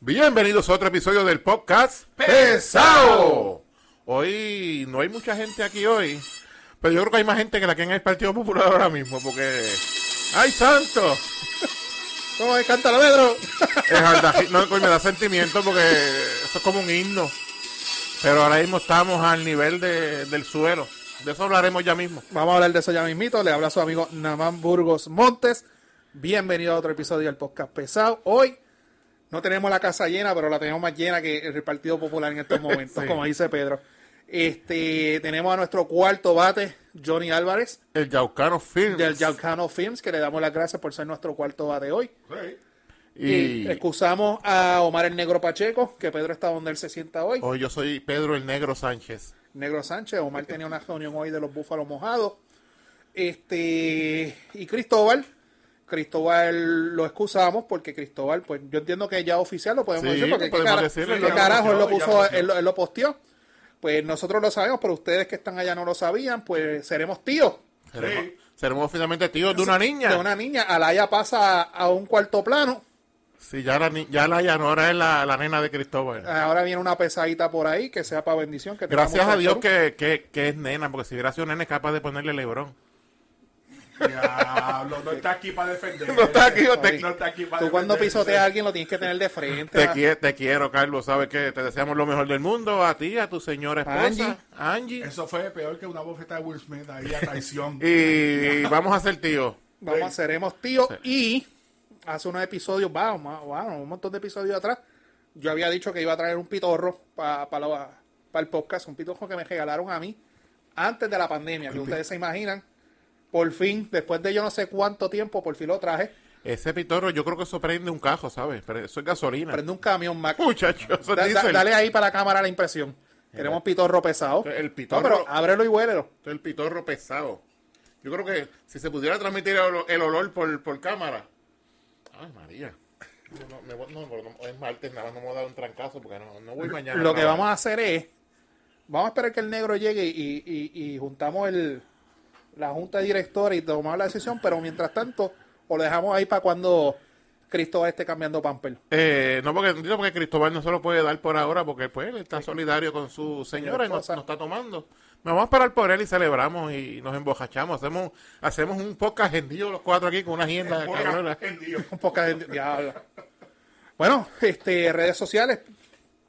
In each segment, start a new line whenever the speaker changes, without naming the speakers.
Bienvenidos a otro episodio del podcast Pesado. Hoy no hay mucha gente aquí hoy, pero yo creo que hay más gente que la que en el Partido Popular ahora mismo, porque ¡ay santo!
¿Cómo es? Cántalo, Pedro.
Es aldaji- no, coño, me da sentimiento porque eso es como un himno. Pero ahora mismo estamos al nivel de- del suelo. De eso hablaremos ya mismo.
Vamos a hablar de eso ya mismito. Le habla su amigo Namán Burgos Montes. Bienvenido a otro episodio del podcast pesado. Hoy no tenemos la casa llena, pero la tenemos más llena que el Partido Popular en estos momentos,
Sí.
como dice Pedro. Este, tenemos a nuestro cuarto bate, Johnny Álvarez,
El Yaucano Film.
del Yaucano Films, que le damos las gracias por ser nuestro cuarto bate hoy. Y
Y
excusamos a Omar el Negro Pacheco, que Pedro está donde él se sienta hoy.
hoy yo soy Pedro el Negro Sánchez.
Negro Sánchez. Omar tenía una reunión hoy de los Búfalos Mojados. Este, y Cristóbal. Cristóbal lo excusamos porque Cristóbal, pues yo entiendo que ya oficial lo podemos
Sí,
decir porque
podemos
qué, cara-
decirlo,
qué
ya lo
carajo él lo
posteó, ya
puso,
lo posteó.
él, lo- él lo posteó. Pues nosotros lo sabemos, pero ustedes que están allá no lo sabían, pues seremos tíos.
Seremos, seremos finalmente tíos de una niña.
De una niña, Alaya pasa a, a un cuarto plano.
Sí, ya la, ni- ya la Yanora es la, la nena de Cristóbal.
Ahora viene una pesadita por ahí, que sea para bendición. Ah, Que tenga
Gracias
mucha
a Dios
salud.
que, que, que es nena, porque si hubiera sido nena es capaz de ponerle Lebrón.
Diablo, no está aquí para defender.
No está aquí, no
No está aquí para
Tú cuando
defenderse.
pisoteas a alguien lo tienes que tener de frente.
Te,
¿verdad?
quie- te quiero, Carlos. Sabes que te deseamos lo mejor del mundo. A ti, a tu señora esposa, Angie.
Eso fue peor que una bofeta de Will Smith ahí a traición.
Y vamos a ser tíos.
Vamos,
Ven.
seremos tíos. Y hace unos episodios, vamos, vamos, un montón de episodios atrás, yo había dicho que iba a traer un pitorro para el podcast, un pitorro que me regalaron a mí antes de la pandemia, que ustedes se imaginan. Por fin, después de yo no sé cuánto tiempo, por fin lo traje.
Ese pitorro, yo creo que eso prende un cajo, ¿sabes? Pero eso es gasolina.
Prende un camión, Mac.
Muchachos, eso es
Da- da-
Ah. Uh, diésel. Eh.
dale ahí para la cámara la impresión. Tenemos pitorro pesado.
El
No,
pitorro,
pero ábrelo y huélelo.
esto es el pitorro pesado. Yo creo que si se pudiera transmitir el olor, el olor por, por cámara. Ay, María. No, no, me voy- no, pero no- es martes, nada más no me voy a dar un trancazo porque no, no voy mañana.
Lo que
nada.
vamos a hacer es, vamos a esperar que el negro llegue y, y- y juntamos el, la junta directora y tomamos la decisión, pero mientras tanto, o lo dejamos ahí para cuando Cristóbal esté cambiando pamper.
Eh, no, porque, no, porque Cristóbal no se lo puede dar por ahora porque pues él está solidario con su señora y no,
esposa.
no está tomando. Nos vamos a parar por él y celebramos y nos embojachamos. Hacemos, hacemos un podcast gentío los cuatro aquí con una agenda
Boca
cabrona.
en Dios.
Un poco de diablo. Bueno, este, redes sociales,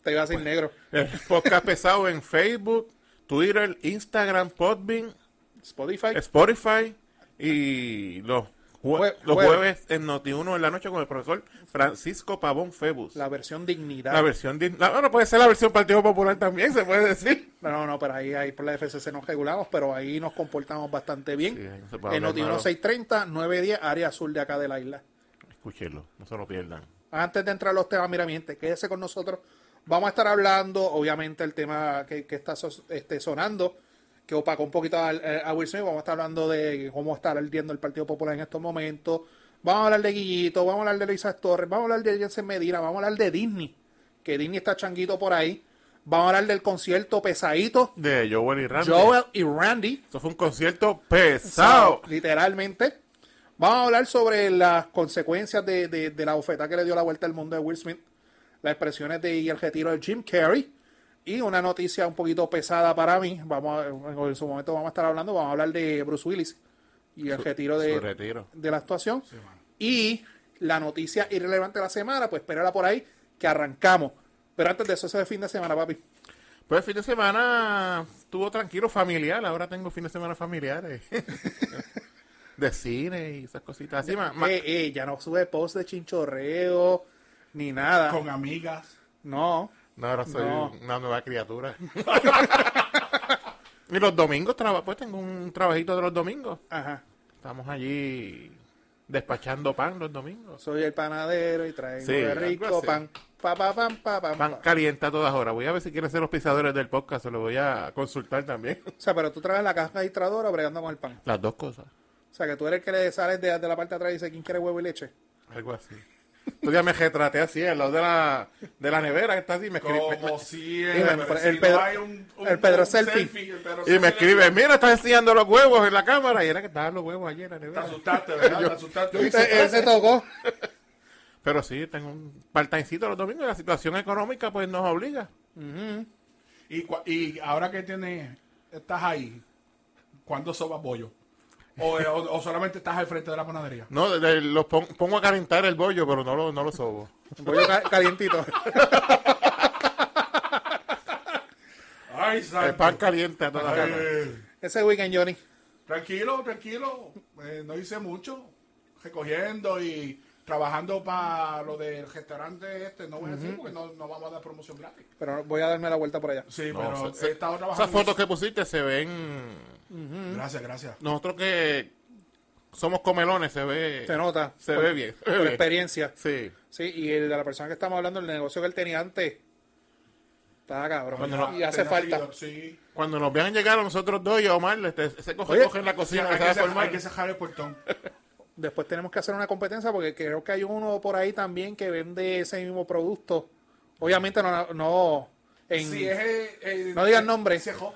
te iba a decir negro.
El podcast pesado en Facebook, Twitter, Instagram, Podbean,
Spotify,
Spotify y los, jue-
Jue-
los
jueves.
jueves en Noti1 en la noche con el profesor Francisco Pavón Febus. La,
la versión dignidad.
versión... din- la- bueno, puede ser la versión Partido Popular también, se puede decir.
No, no, no, pero ahí, ahí por la FCC nos regulamos, pero ahí nos comportamos bastante bien.
Sí, ahí no se puede
en
hablar
Noti
malo.
630, 910, área azul de acá de la isla.
Escúchenlo, no se lo pierdan.
Antes de entrar a los temas, mira, mi gente, quédese con nosotros. Vamos a estar hablando, obviamente, el tema que, que está so- este, sonando, que opacó un poquito al- eh, a, Will Smith. Vamos a estar hablando de cómo está ardiendo el Partido Popular en estos momentos. Vamos a hablar de Guillito, vamos a hablar de Luisa Torres, vamos a hablar de Jensen Medina, vamos a hablar de Disney, que Disney está changuito por ahí. Vamos a hablar del concierto pesadito,
De Joel y Randy.
Joel y Randy,
Eso fue un concierto pesado.
literalmente. Vamos a hablar sobre las consecuencias de, de- de la oferta que le dio la vuelta al mundo de Will Smith, las expresiones de, y el retiro de Jim Carrey, y una noticia un poquito pesada para mí. Vamos a- en su momento vamos a estar hablando, vamos a hablar de Bruce Willis y el retiro
Su
de,
retiro.
de la actuación. y la noticia irrelevante de la semana, pues espérala por ahí, que arrancamos. Pero antes de eso, ese es el fin de semana, papi.
Pues fin de semana estuvo tranquilo, familiar. Ahora tengo fin de semana familiares. de cine y esas cositas. Así, ma- ma-
Eh, eh, ya no sube post de chinchorreo ni nada.
Con amigas.
No.
no, ahora soy
No.
una nueva criatura. y los domingos, traba- pues tengo un trabajito de los domingos.
Ajá.
Estamos allí despachando pan los domingos.
Soy el panadero y traigo
Sí,
el
algo
rico
así.
pan. Pa, pa, pam, pa, pam,
Pan
pa.
calienta a todas horas. Voy a ver si quieren ser los pisadores del podcast. Se lo voy a consultar también.
O sea, pero tú traes la caja registradora bregando con el pan.
Las dos cosas.
O sea, que tú eres el que le sales de, de la parte de atrás y dice, ¿quién quiere huevo y leche?
Algo así. Tú ya me retraté así, al lado de la, de la nevera que está así. Me escribe, me-
Como si
el-
el,
el Pedro- el Pedro selfie.
el Pedro
y me
selfie le-
escribe, mira, estás enseñando los huevos en la cámara. Y era que estaban los huevos ayer en la
Te
nevera.
asustaste, ¿verdad? Te asustaste.
Ese, ese tocó.
Pero sí, tengo un partaincito los domingos y la situación económica pues nos obliga.
Y, cua- y ahora que tienes, estás ahí, ¿cuándo soba pollo? O, o- o solamente estás al frente de la panadería.
No, de- de- los pon- pongo a calentar el bollo, pero no lo, no lo sobo.
Un pollo ca- calientito.
Ay,
El
santo.
pan caliente a toda gana.
Eh,
Ese weekend, Johnny.
tranquilo, tranquilo. Eh, no hice mucho. Recogiendo y trabajando para lo del restaurante este. No voy a decir porque no, no vamos a dar promoción gratis.
Pero voy a darme la vuelta por allá.
Sí,
No,
pero
se-
he estado trabajando.
Esas fotos que pusiste se ven...
Gracias, gracias.
Nosotros que somos comelones se ve...
Se nota.
Se
Por-
ve bien. se ve
Por
bien.
experiencia.
Sí.
Sí, y el de la persona que estamos hablando, el negocio que él tenía antes. Está cabrón.
Cuando no-
y hace
Tenía
falta.
seguidor, Sí.
Cuando nos vean llegar a nosotros dos y a Omar, este, se coge,
Oye,
coge en la cocina.
hay,
se
que
va a
sa-
formar.
hay que sacar el portón.
Después tenemos que hacer una competencia porque creo que hay uno por ahí también que vende ese mismo producto. Obviamente no... no en,
Si es eh, el- el-
No digas nombre.
ese jo-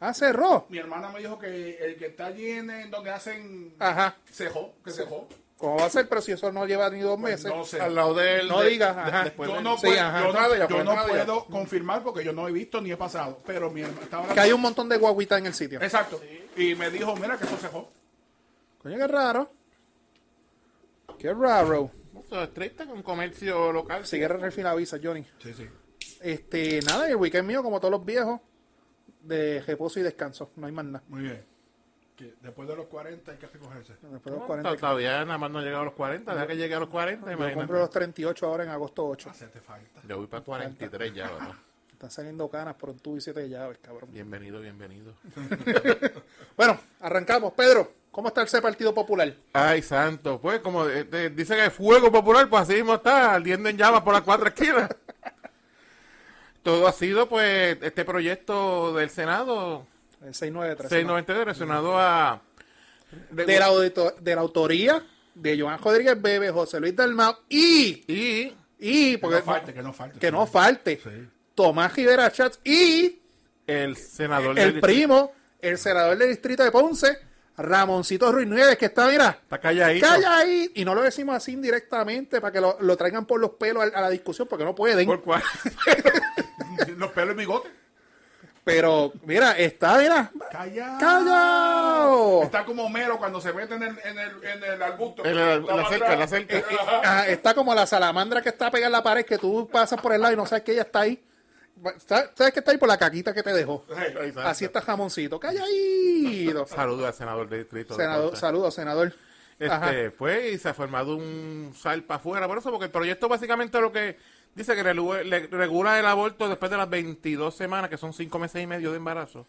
Ah, cerró.
Mi hermana me dijo que el que está allí en, en donde hacen
Ajá.
cejó, que cejó.
¿Cómo va a ser? Pero si eso no lleva ni dos meses.
Pues No sé.
al lado de él.
No
de-
digas,
de-
ajá.
después
Yo
de-
no,
Sí,
puedo,
ajá.
yo,
Nada, ya
yo
pues,
no
nada, ya.
puedo confirmar porque yo no he visto ni he pasado. Pero mi hermana estaba
que hay un montón de guaguitas en el sitio.
Exacto. Y me dijo, mira que eso cejó.
Coño, qué raro. Qué raro.
Eso es triste con comercio local.
Si quieres refina visa, Johnny.
Sí, sí.
Este, nada, el weekend mío, como todos los viejos, de reposo y descanso. No hay más nada.
Muy bien. Que después de los 40 hay que recogerse.
Después de los
No,
40,
Todavía nada más no he llegado a los 40. Deja que llegue a los 40,
yo compro
imagínate.
los 38 ahora en agosto 8.
Hacerte falta.
Yo voy para 43 ya, ¿verdad?
Están saliendo canas por un tubo y siete llaves, cabrón.
Bienvenido, bienvenido.
Bueno, arrancamos. Pedro, ¿cómo está ese Partido Popular?
Ay, santo. Pues como eh, eh, dice que es fuego popular, pues así mismo está, ardiendo en llamas por las cuatro esquinas. Todo ha sido, pues, este proyecto del Senado
El 693.
693 relacionado a...
De la, audito- de la autoría de Joan Rodríguez Bebe, José Luis Dalmau y,
Y
y
Que no
porque,
falte, que no falte.
que no falte,
Sí.
Tomás Rivera Chats y
el senador...
el
del-
primo, el senador del distrito de Ponce, Ramoncito Ruiz Nieves, que está, mira,
Está calladito.
calla ahí, y no lo decimos así indirectamente para que lo, lo traigan por los pelos al- a, la discusión, porque no pueden.
Por cual-
los pelos y bigote.
Pero, mira, está, mira,
Calla.
callado.
Está como Homero cuando se mete en el, en el, en el arbusto.
En el-
Está
la
para
cerca,
atrás.
la cerca.
Eh, eh,
Ajá, Ah, está como la salamandra que está pegada en la pared, que tú pasas por el lado y no sabes que ella está ahí. ¿Sabes sabes que está ahí por la caquita que te dejó?
Sí.
Ay, santo.
Así está Ramoncito, calladito.
Saludos al senador del distrito. de
Senador,
Ponce.
saludos, senador. Ajá.
Este, pues, y se ha formado un sal para afuera por eso, porque el proyecto básicamente lo que dice que relu- le- regula el aborto después de las 22 semanas, que son 5 meses y medio de embarazo.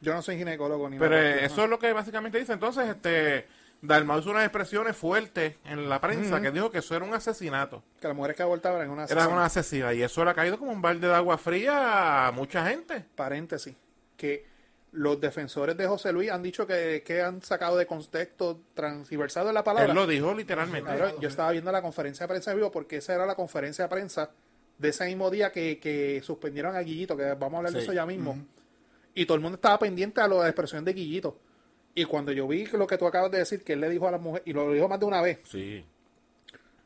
Yo no soy ginecólogo ni
Pero
nada.
eh, eso es lo que básicamente dice. Entonces, este, Dalmau hizo unas expresiones fuertes en la prensa que dijo que eso era un asesinato.
Que las mujeres que abortaban eran una
Era una asesina. Y eso le ha caído como un balde de agua fría a mucha gente.
paréntesis, que los defensores de José Luis han dicho que, que han sacado de contexto, transversado la palabra.
Él lo dijo literalmente.
Claro, yo estaba viendo la conferencia de prensa en vivo porque esa era la conferencia de prensa de ese mismo día que, que suspendieron a Guillito, que vamos a hablar de
Sí.
eso ya mismo. Y todo el mundo estaba pendiente a lo de la expresión de Guillito. Y cuando yo vi lo que tú acabas de decir, que él le dijo a las mujeres, y lo dijo más de una vez,
Sí.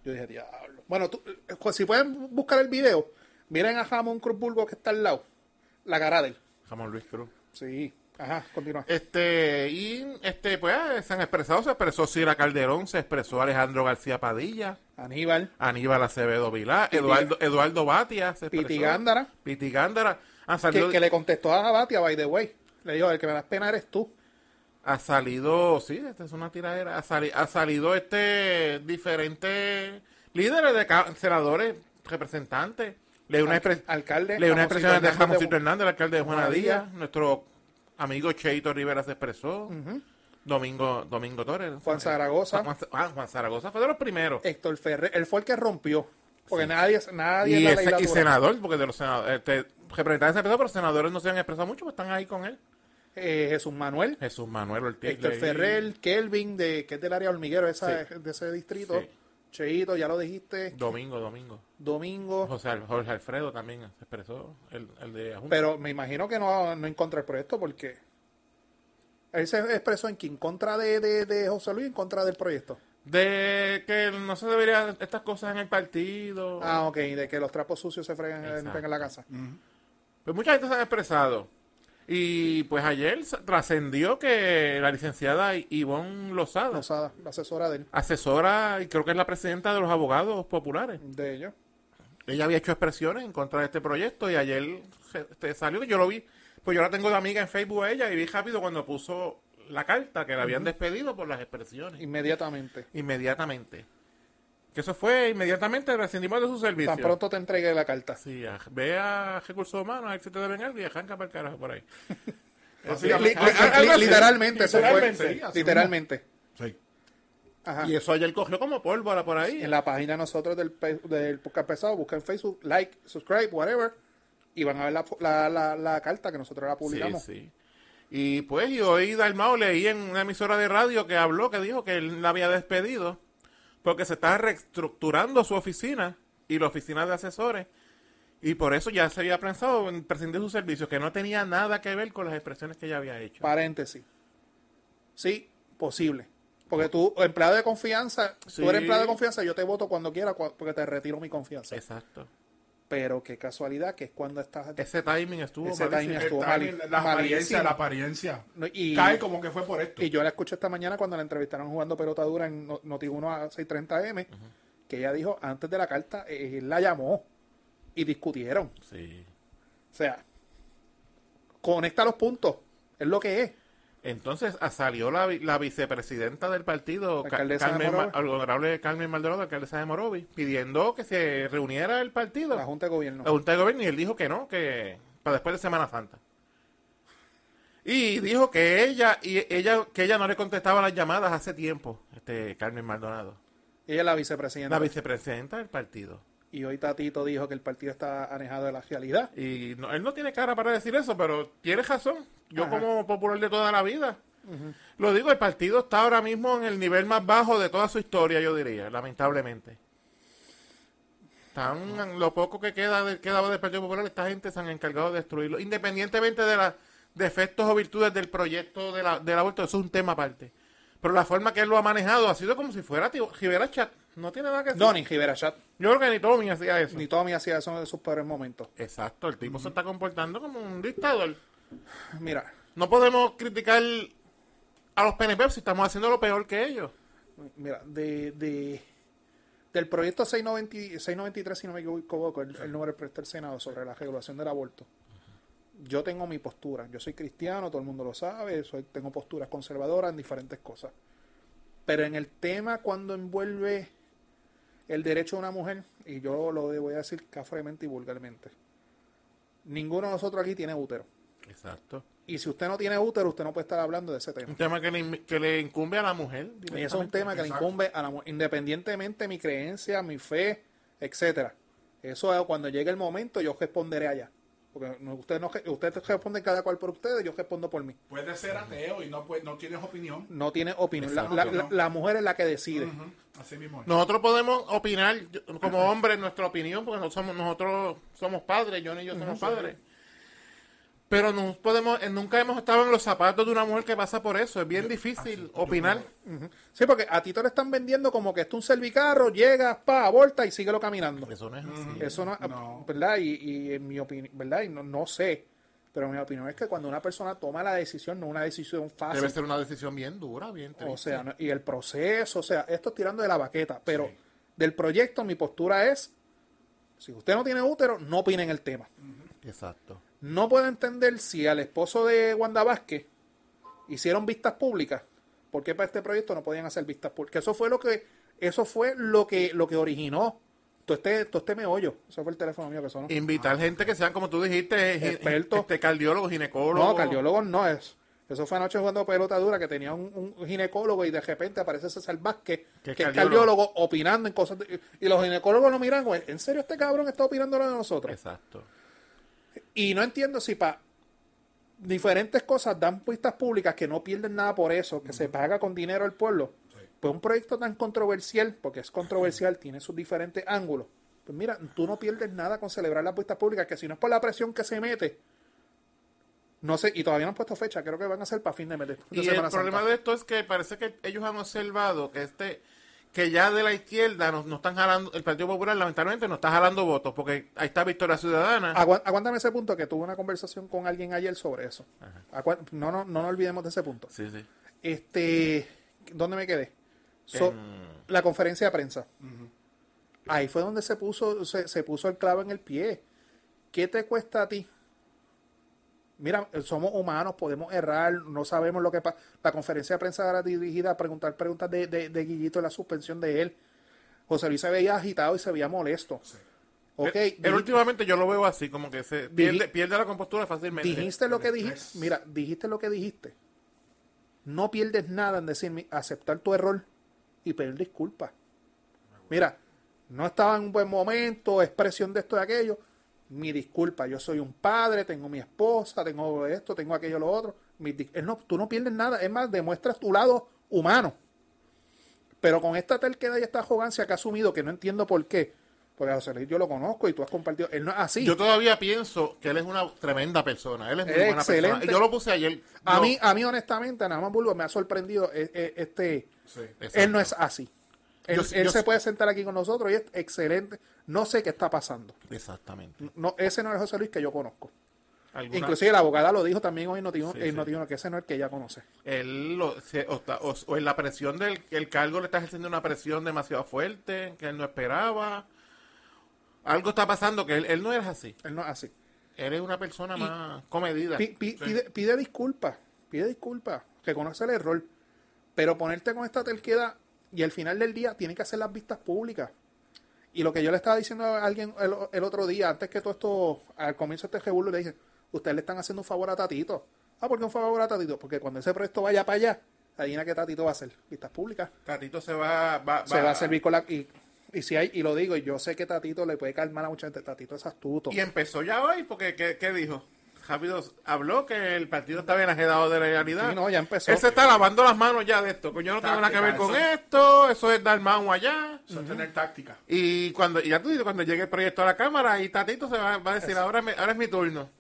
yo dije, diablo. Bueno, tú, eh, si pueden buscar el video, miren a Jamón Cruz Burgos que está al lado, la cara de él.
Jamón Luis Cruz.
Sí, ajá, continúa.
Este, y este, pues ah, se han expresado, se expresó Cira Calderón, se expresó Alejandro García Padilla,
Aníbal,
Aníbal Acevedo Vilá,
Piti-
Eduardo, Eduardo Batia, se expresó.
Piti Gándara,
Piti Gándara. Ah, Han
que,
salido,
que le contestó a Batia, by the way. Le dijo, el que me das pena eres tú.
ha salido, sí, esta es una tiradera, ha, sali- ha salido este diferentes líderes de ca- senadores, representantes, leí una,
Al-
expres-
alcalde.
leí una
Ramoncito
expresión de
Hernández de
Ramoncito
Bo-
Hernández, el alcalde de Juanadía,
Juanadía.
nuestro amigo Cheito Rivera se expresó, Domingo, Domingo Torres.
Juan Zaragoza.
Juan, ah, Juan Zaragoza fue de los primeros.
Héctor Ferrer, él fue el que rompió. Porque nadie, nadie en
y,
la
ese- y
legislatura-
senador, porque de los senadores, este, representantes se expresó, pero senadores no se han expresado mucho, pues están ahí con él.
eh, Jesús Manuel,
Jesús Manuel Ortiz.
Héctor
Leí.
Ferrer, Kelvin, de, que es del área hormiguero esa- de ese distrito.
Sí.
Cheito, ya lo dijiste.
Domingo, Domingo.
Domingo.
José, Al- Jorge Alfredo también se expresó, el, el de Ajunta.
Pero me imagino que no, no en contra del proyecto porque él se expresó en que en contra de, de, de José Luis, en contra del proyecto.
De que no se deberían estas cosas en el partido.
Ah, ok, de que los trapos sucios se fregan en-
Exacto.
en la casa.
Pues mucha gente se ha expresado. Y pues ayer s- trascendió que la licenciada I- Ivonne Lozada,
Lozada, la asesora de él,
asesora y creo que es la presidenta de los abogados populares,
de ellos.
ella había hecho expresiones en contra de este proyecto y ayer este, salió, yo lo vi, pues yo la tengo de amiga en Facebook a ella y vi rápido cuando puso la carta que la habían despedido por las expresiones.
Inmediatamente.
Inmediatamente. Que eso fue inmediatamente rescindimos de su servicio.
Tan pronto te entregué la carta.
Sí, a- ve a recursos humanos, a ver si te deben algo y arranca para el carajo por ahí.
Li- li-
Básicamente,
ah, ah, ah,
li-
ah,
literalmente, eso fue.
literalmente,
sí, así
Literalmente.
Sí.
Ajá.
Y eso ayer cogió como pólvora por ahí.
Ah. En la página nosotros del, pe- del podcast pesado, buscan en Facebook, like, subscribe, whatever, y van a ver la, fo- la, la, la carta que nosotros la
sí,
publicamos.
sí. Y pues, y hoy Dalmao leí en una emisora de radio que habló, que dijo que él la había despedido porque se estaba reestructurando su oficina y la oficina de asesores. Y por eso ya se había pensado en prescindir de sus servicios, que no tenía nada que ver con las expresiones que ella había hecho.
Paréntesis. Sí, posible. Porque tú, empleado de confianza,
Sí.
tú eres empleado de confianza, yo te voto cuando quiera cua- porque te retiro mi confianza.
Exacto.
Pero qué casualidad que es cuando estás...
Ese timing estuvo
Ese
malísimo.
timing
El
Estuvo
timing,
mali-
la apariencia,
malísimo.
la apariencia.
No, y-
Cae como que fue por esto.
Y yo la escuché esta mañana cuando la entrevistaron jugando pelota dura en No- Noti1 a 630M, que ella dijo, antes de la carta, eh, él la llamó y discutieron.
Sí.
O sea, conecta los puntos. Es lo que es.
Entonces ah, salió la, vi- la vicepresidenta del partido,
La
Ca-
alcaldesa de
Carmen
Morovis.
Ma- honorable Carmen Maldonado, alcaldesa de Morovi, pidiendo que se reuniera el partido,
La Junta de Gobierno.
la Junta de Gobierno, y él dijo que no, que para después de Semana Santa. Y dijo que ella y ella que ella no le contestaba las llamadas hace tiempo, este Carmen Maldonado,
Ella es la vicepresidenta.
la vicepresidenta del partido.
y hoy Tatito dijo que el partido está anejado de la realidad.
Y no- él no tiene cara para decir eso, pero tiene razón. Yo
Ajá.
como popular de toda la vida. Lo digo, el partido está ahora mismo en el nivel más bajo de toda su historia, yo diría, lamentablemente. Están, en lo poco que queda de- quedaba del Partido Popular, esta gente se han encargado de destruirlo. Independientemente de los defectos o virtudes del proyecto de la, del aborto, eso es un tema aparte. Pero la forma que él lo ha manejado ha sido como si fuera tío, Rivera Chat. No tiene nada que decir.
No, ni Rivera Chat,
Yo creo que ni Tommy hacía eso.
ni Tommy hacía eso en sus peores momentos.
Exacto, el tipo se está comportando como un dictador.
Mira,
No podemos criticar a los PNP si estamos haciendo lo peor que ellos.
mira, de, de- del proyecto 690, 693, si no me equivoco, el, el número que presta el Senado sobre la regulación del aborto. Yo tengo mi postura. Yo soy cristiano, todo el mundo lo sabe. soy- tengo posturas conservadoras en diferentes cosas. Pero en el tema cuando envuelve el derecho de una mujer, y yo lo voy a decir cafremente y vulgarmente, ninguno de nosotros aquí tiene útero.
Exacto.
Y si usted no tiene útero, usted no puede estar hablando de ese tema.
Un tema que le, in- que le incumbe a la mujer.
Y eso es un tema que le
Exacto.
incumbe a la mujer, independientemente de mi creencia, mi fe, etcétera. Eso es cuando llegue el momento, yo responderé allá. Porque no- ustedes no, ustedes responden cada cual por ustedes, yo respondo por mí.
Puede ser ateo y no, puede- no tienes opinión.
No tiene opinión. La,
Exacto.
la- la- la mujer es la que decide.
Ujú, Así mismo. es.
Nosotros podemos opinar yo- como hombres nuestra opinión, porque nosotros somos, nosotros somos padres, yo y yo somos padres. Pero no podemos, eh, nunca hemos estado en los zapatos de una mujer que pasa por eso. Es bien difícil opinar.
Sí, porque a ti te lo están vendiendo como que esto es un servicarro, llegas, pa, aborta y síguelo caminando.
Eso no es así.
Eso no,
No.
¿verdad? Y, y en mi opinión, ¿verdad? Y no, no sé, pero mi opinión es que cuando una persona toma la decisión, no es una decisión fácil.
Debe ser una decisión bien dura, bien triste.
O sea, no- y el proceso, o sea, esto es tirando de la baqueta, pero del proyecto mi postura es, si usted no tiene útero, no opinen el tema.
Exacto.
No puedo entender si al esposo de Wanda Vázquez hicieron vistas públicas, ¿por qué para este proyecto no podían hacer vistas públicas? Eso fue lo que, eso fue lo que, lo que originó todo este, todo este meollo. Eso fue el teléfono mío que sonó.
Invitar gente que sean, como tú dijiste, gi-
Expertos.
Este, cardiólogos, ginecólogos.
No, cardiólogos no es. Eso fue anoche jugando pelota dura que tenía un, un ginecólogo y de repente aparece César Vázquez, que
Que
es
es
cardiólogo, opinando en cosas. de- y los ginecólogos lo miran, güey, ¿en serio este cabrón está opinando lo de nosotros?
Exacto.
Y no entiendo si para diferentes cosas dan pistas públicas que no pierden nada por eso, que se paga con dinero al pueblo. Pues un proyecto tan controversial, porque es controversial, tiene sus diferentes ángulos. Pues mira, tú no pierdes nada con celebrar las pistas públicas, que si no es por la presión que se mete, no sé, y todavía no han puesto fecha, creo que van a ser para fin de mes. después de
Y el
Semana
problema
Santa.
de esto es que parece que ellos han observado que este que ya de la izquierda nos, nos están jalando, el Partido Popular lamentablemente nos está jalando votos, porque ahí está Victoria Ciudadana.
Agua- aguántame ese punto que tuve una conversación con alguien ayer sobre eso. Acuá- No, no, no nos olvidemos de ese punto.
Sí, sí.
Este, ¿dónde me quedé? So- La conferencia de prensa. Ahí fue donde se puso, se, se puso el clavo en el pie. ¿Qué te cuesta a ti? Mira, somos humanos, podemos errar, no sabemos lo que pasa. La conferencia de prensa era dirigida a preguntar preguntas de, de, de Guillito, la suspensión de él. José Luis se veía agitado y se veía molesto. Ok,
Él- él
di-
últimamente yo lo veo así, como que se pierde,
Diri-
pierde la compostura fácilmente.
dijiste lo que dijiste.
Yes.
Mira, dijiste lo que dijiste. No pierdes nada en decirme aceptar tu error y pedir disculpas. Mira, no estaba en un buen momento, expresión de esto y aquello. Mi disculpa, yo soy un padre, tengo mi esposa, tengo esto, tengo aquello, lo otro. Mi di- él no, tú no pierdes nada, es más, demuestras tu lado humano. Pero con esta terquedad y esta arrogancia que ha asumido, que no entiendo por qué, porque a José Luis yo lo conozco y tú has compartido, él no es así.
Yo todavía pienso que él es una tremenda persona. Él es muy
Es
buena
excelente.
persona. Yo lo puse ayer.
A
Yo-
mí, a mí honestamente, nada más Bulbo me ha sorprendido eh, eh, este.
Sí.
Exacto.
Él no es así. Él,
Yo sí-
él
yo
se
sí.
puede sentar aquí con nosotros y es excelente. No sé qué está pasando.
Exactamente.
No, ese no es el José Luis que yo conozco.
Alguna-
Inclusive la abogada lo dijo también hoy en Notiuno,
Sí,
en
sí.
Notiuno, que ese no es el que ella conoce.
él lo- se- o, está- o- o en la presión del el cargo le está ejerciendo una presión demasiado fuerte que él no esperaba. Algo está pasando que él, él no es así.
Él no es así.
Él es una persona más comedida.
Pi- pi- pide, pide disculpas, pide disculpas, reconoce el error, pero ponerte con esta terquedad y al final del día tiene que hacer las vistas públicas. Y lo que yo le estaba diciendo a alguien el, el otro día, antes que todo esto, al comienzo de este revuelo, le dije, ustedes le están haciendo un favor a Tatito. Ah, ¿por qué un favor a Tatito? Porque cuando ese proyecto vaya para allá, adivina qué Tatito va a hacer, vistas públicas.
Tatito se va, va-
Se va a servir con la... Y, y si hay, y lo digo, y yo sé que Tatito le puede calmar a mucha gente, Tatito es astuto.
Y empezó ya hoy, porque ¿qué, qué dijo? Rápido habló que el partido estaba enajedado de la realidad.
Sí, no, ya empezó.
Él se está lavando las manos ya de esto. Yo no tengo nada que ver con esto. Eso es dar mano allá.
Eso es tener táctica.
Y cuando y ya tú dices, cuando llegue el proyecto a la cámara, y Tatito se va, va a decir, ahora, me- ahora es mi turno.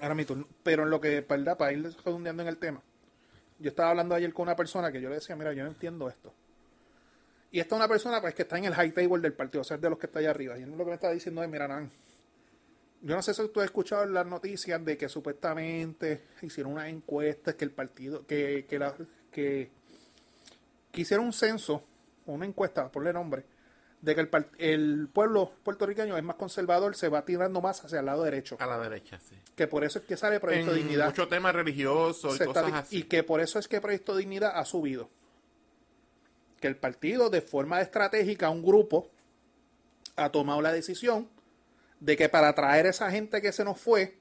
Ahora mi turno. Pero en lo que, ¿verdad? Para ir redondeando en el tema. Yo estaba hablando ayer con una persona que yo le decía, mira, yo no entiendo esto. Y esta es una persona pues, que está en el high table del partido, o sea, es de los que está allá arriba. Y él lo que me está diciendo es, mira, Nan, yo no sé si tú has escuchado las noticias de que supuestamente hicieron unas encuestas que el partido, que, que, la, que, que hicieron un censo, una encuesta, ponle nombre, de que el, par- el pueblo puertorriqueño es más conservador, se va tirando más hacia el lado derecho
A la derecha, sí.
que por eso es que sale Proyecto
En
Dignidad.
muchos temas religiosos y
se está
cosas
di-
así.
y que por eso es que Proyecto Dignidad ha subido. Que el partido, de forma estratégica, un grupo, ha tomado la decisión de que para atraer a esa gente que se nos fue,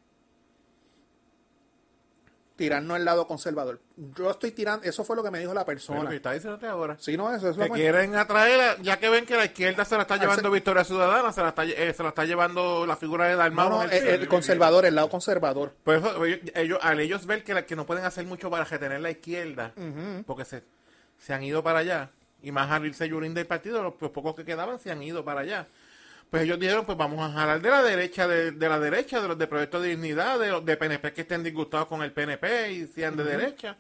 tirarnos al lado conservador. Yo estoy tirando, eso fue lo que me dijo la
Pero lo
persona.
que está diciéndote ahora.
Sí, no, eso es
pues,
lo
Que
que-
quieren atraer, a- ya que ven que la izquierda se la está llevando
se-
Victoria Ciudadana, se la está, lle- eh, se la está llevando la figura de
No,
Dalmau.
no, eh,
en el
el- el
centro.
conservador, el lado conservador.
Por eso, pues, ellos, ellos- al ellos ver que, la- que no pueden hacer mucho para retener la izquierda, porque se, se han ido para allá, y más al irse Yurín del partido, los, los pocos que quedaban se han ido para allá. Pues ellos dijeron, pues vamos a jalar de la derecha, de, de la derecha, de los de Proyecto de Dignidad, de los de PNP que estén disgustados con el PNP y sean de derecha.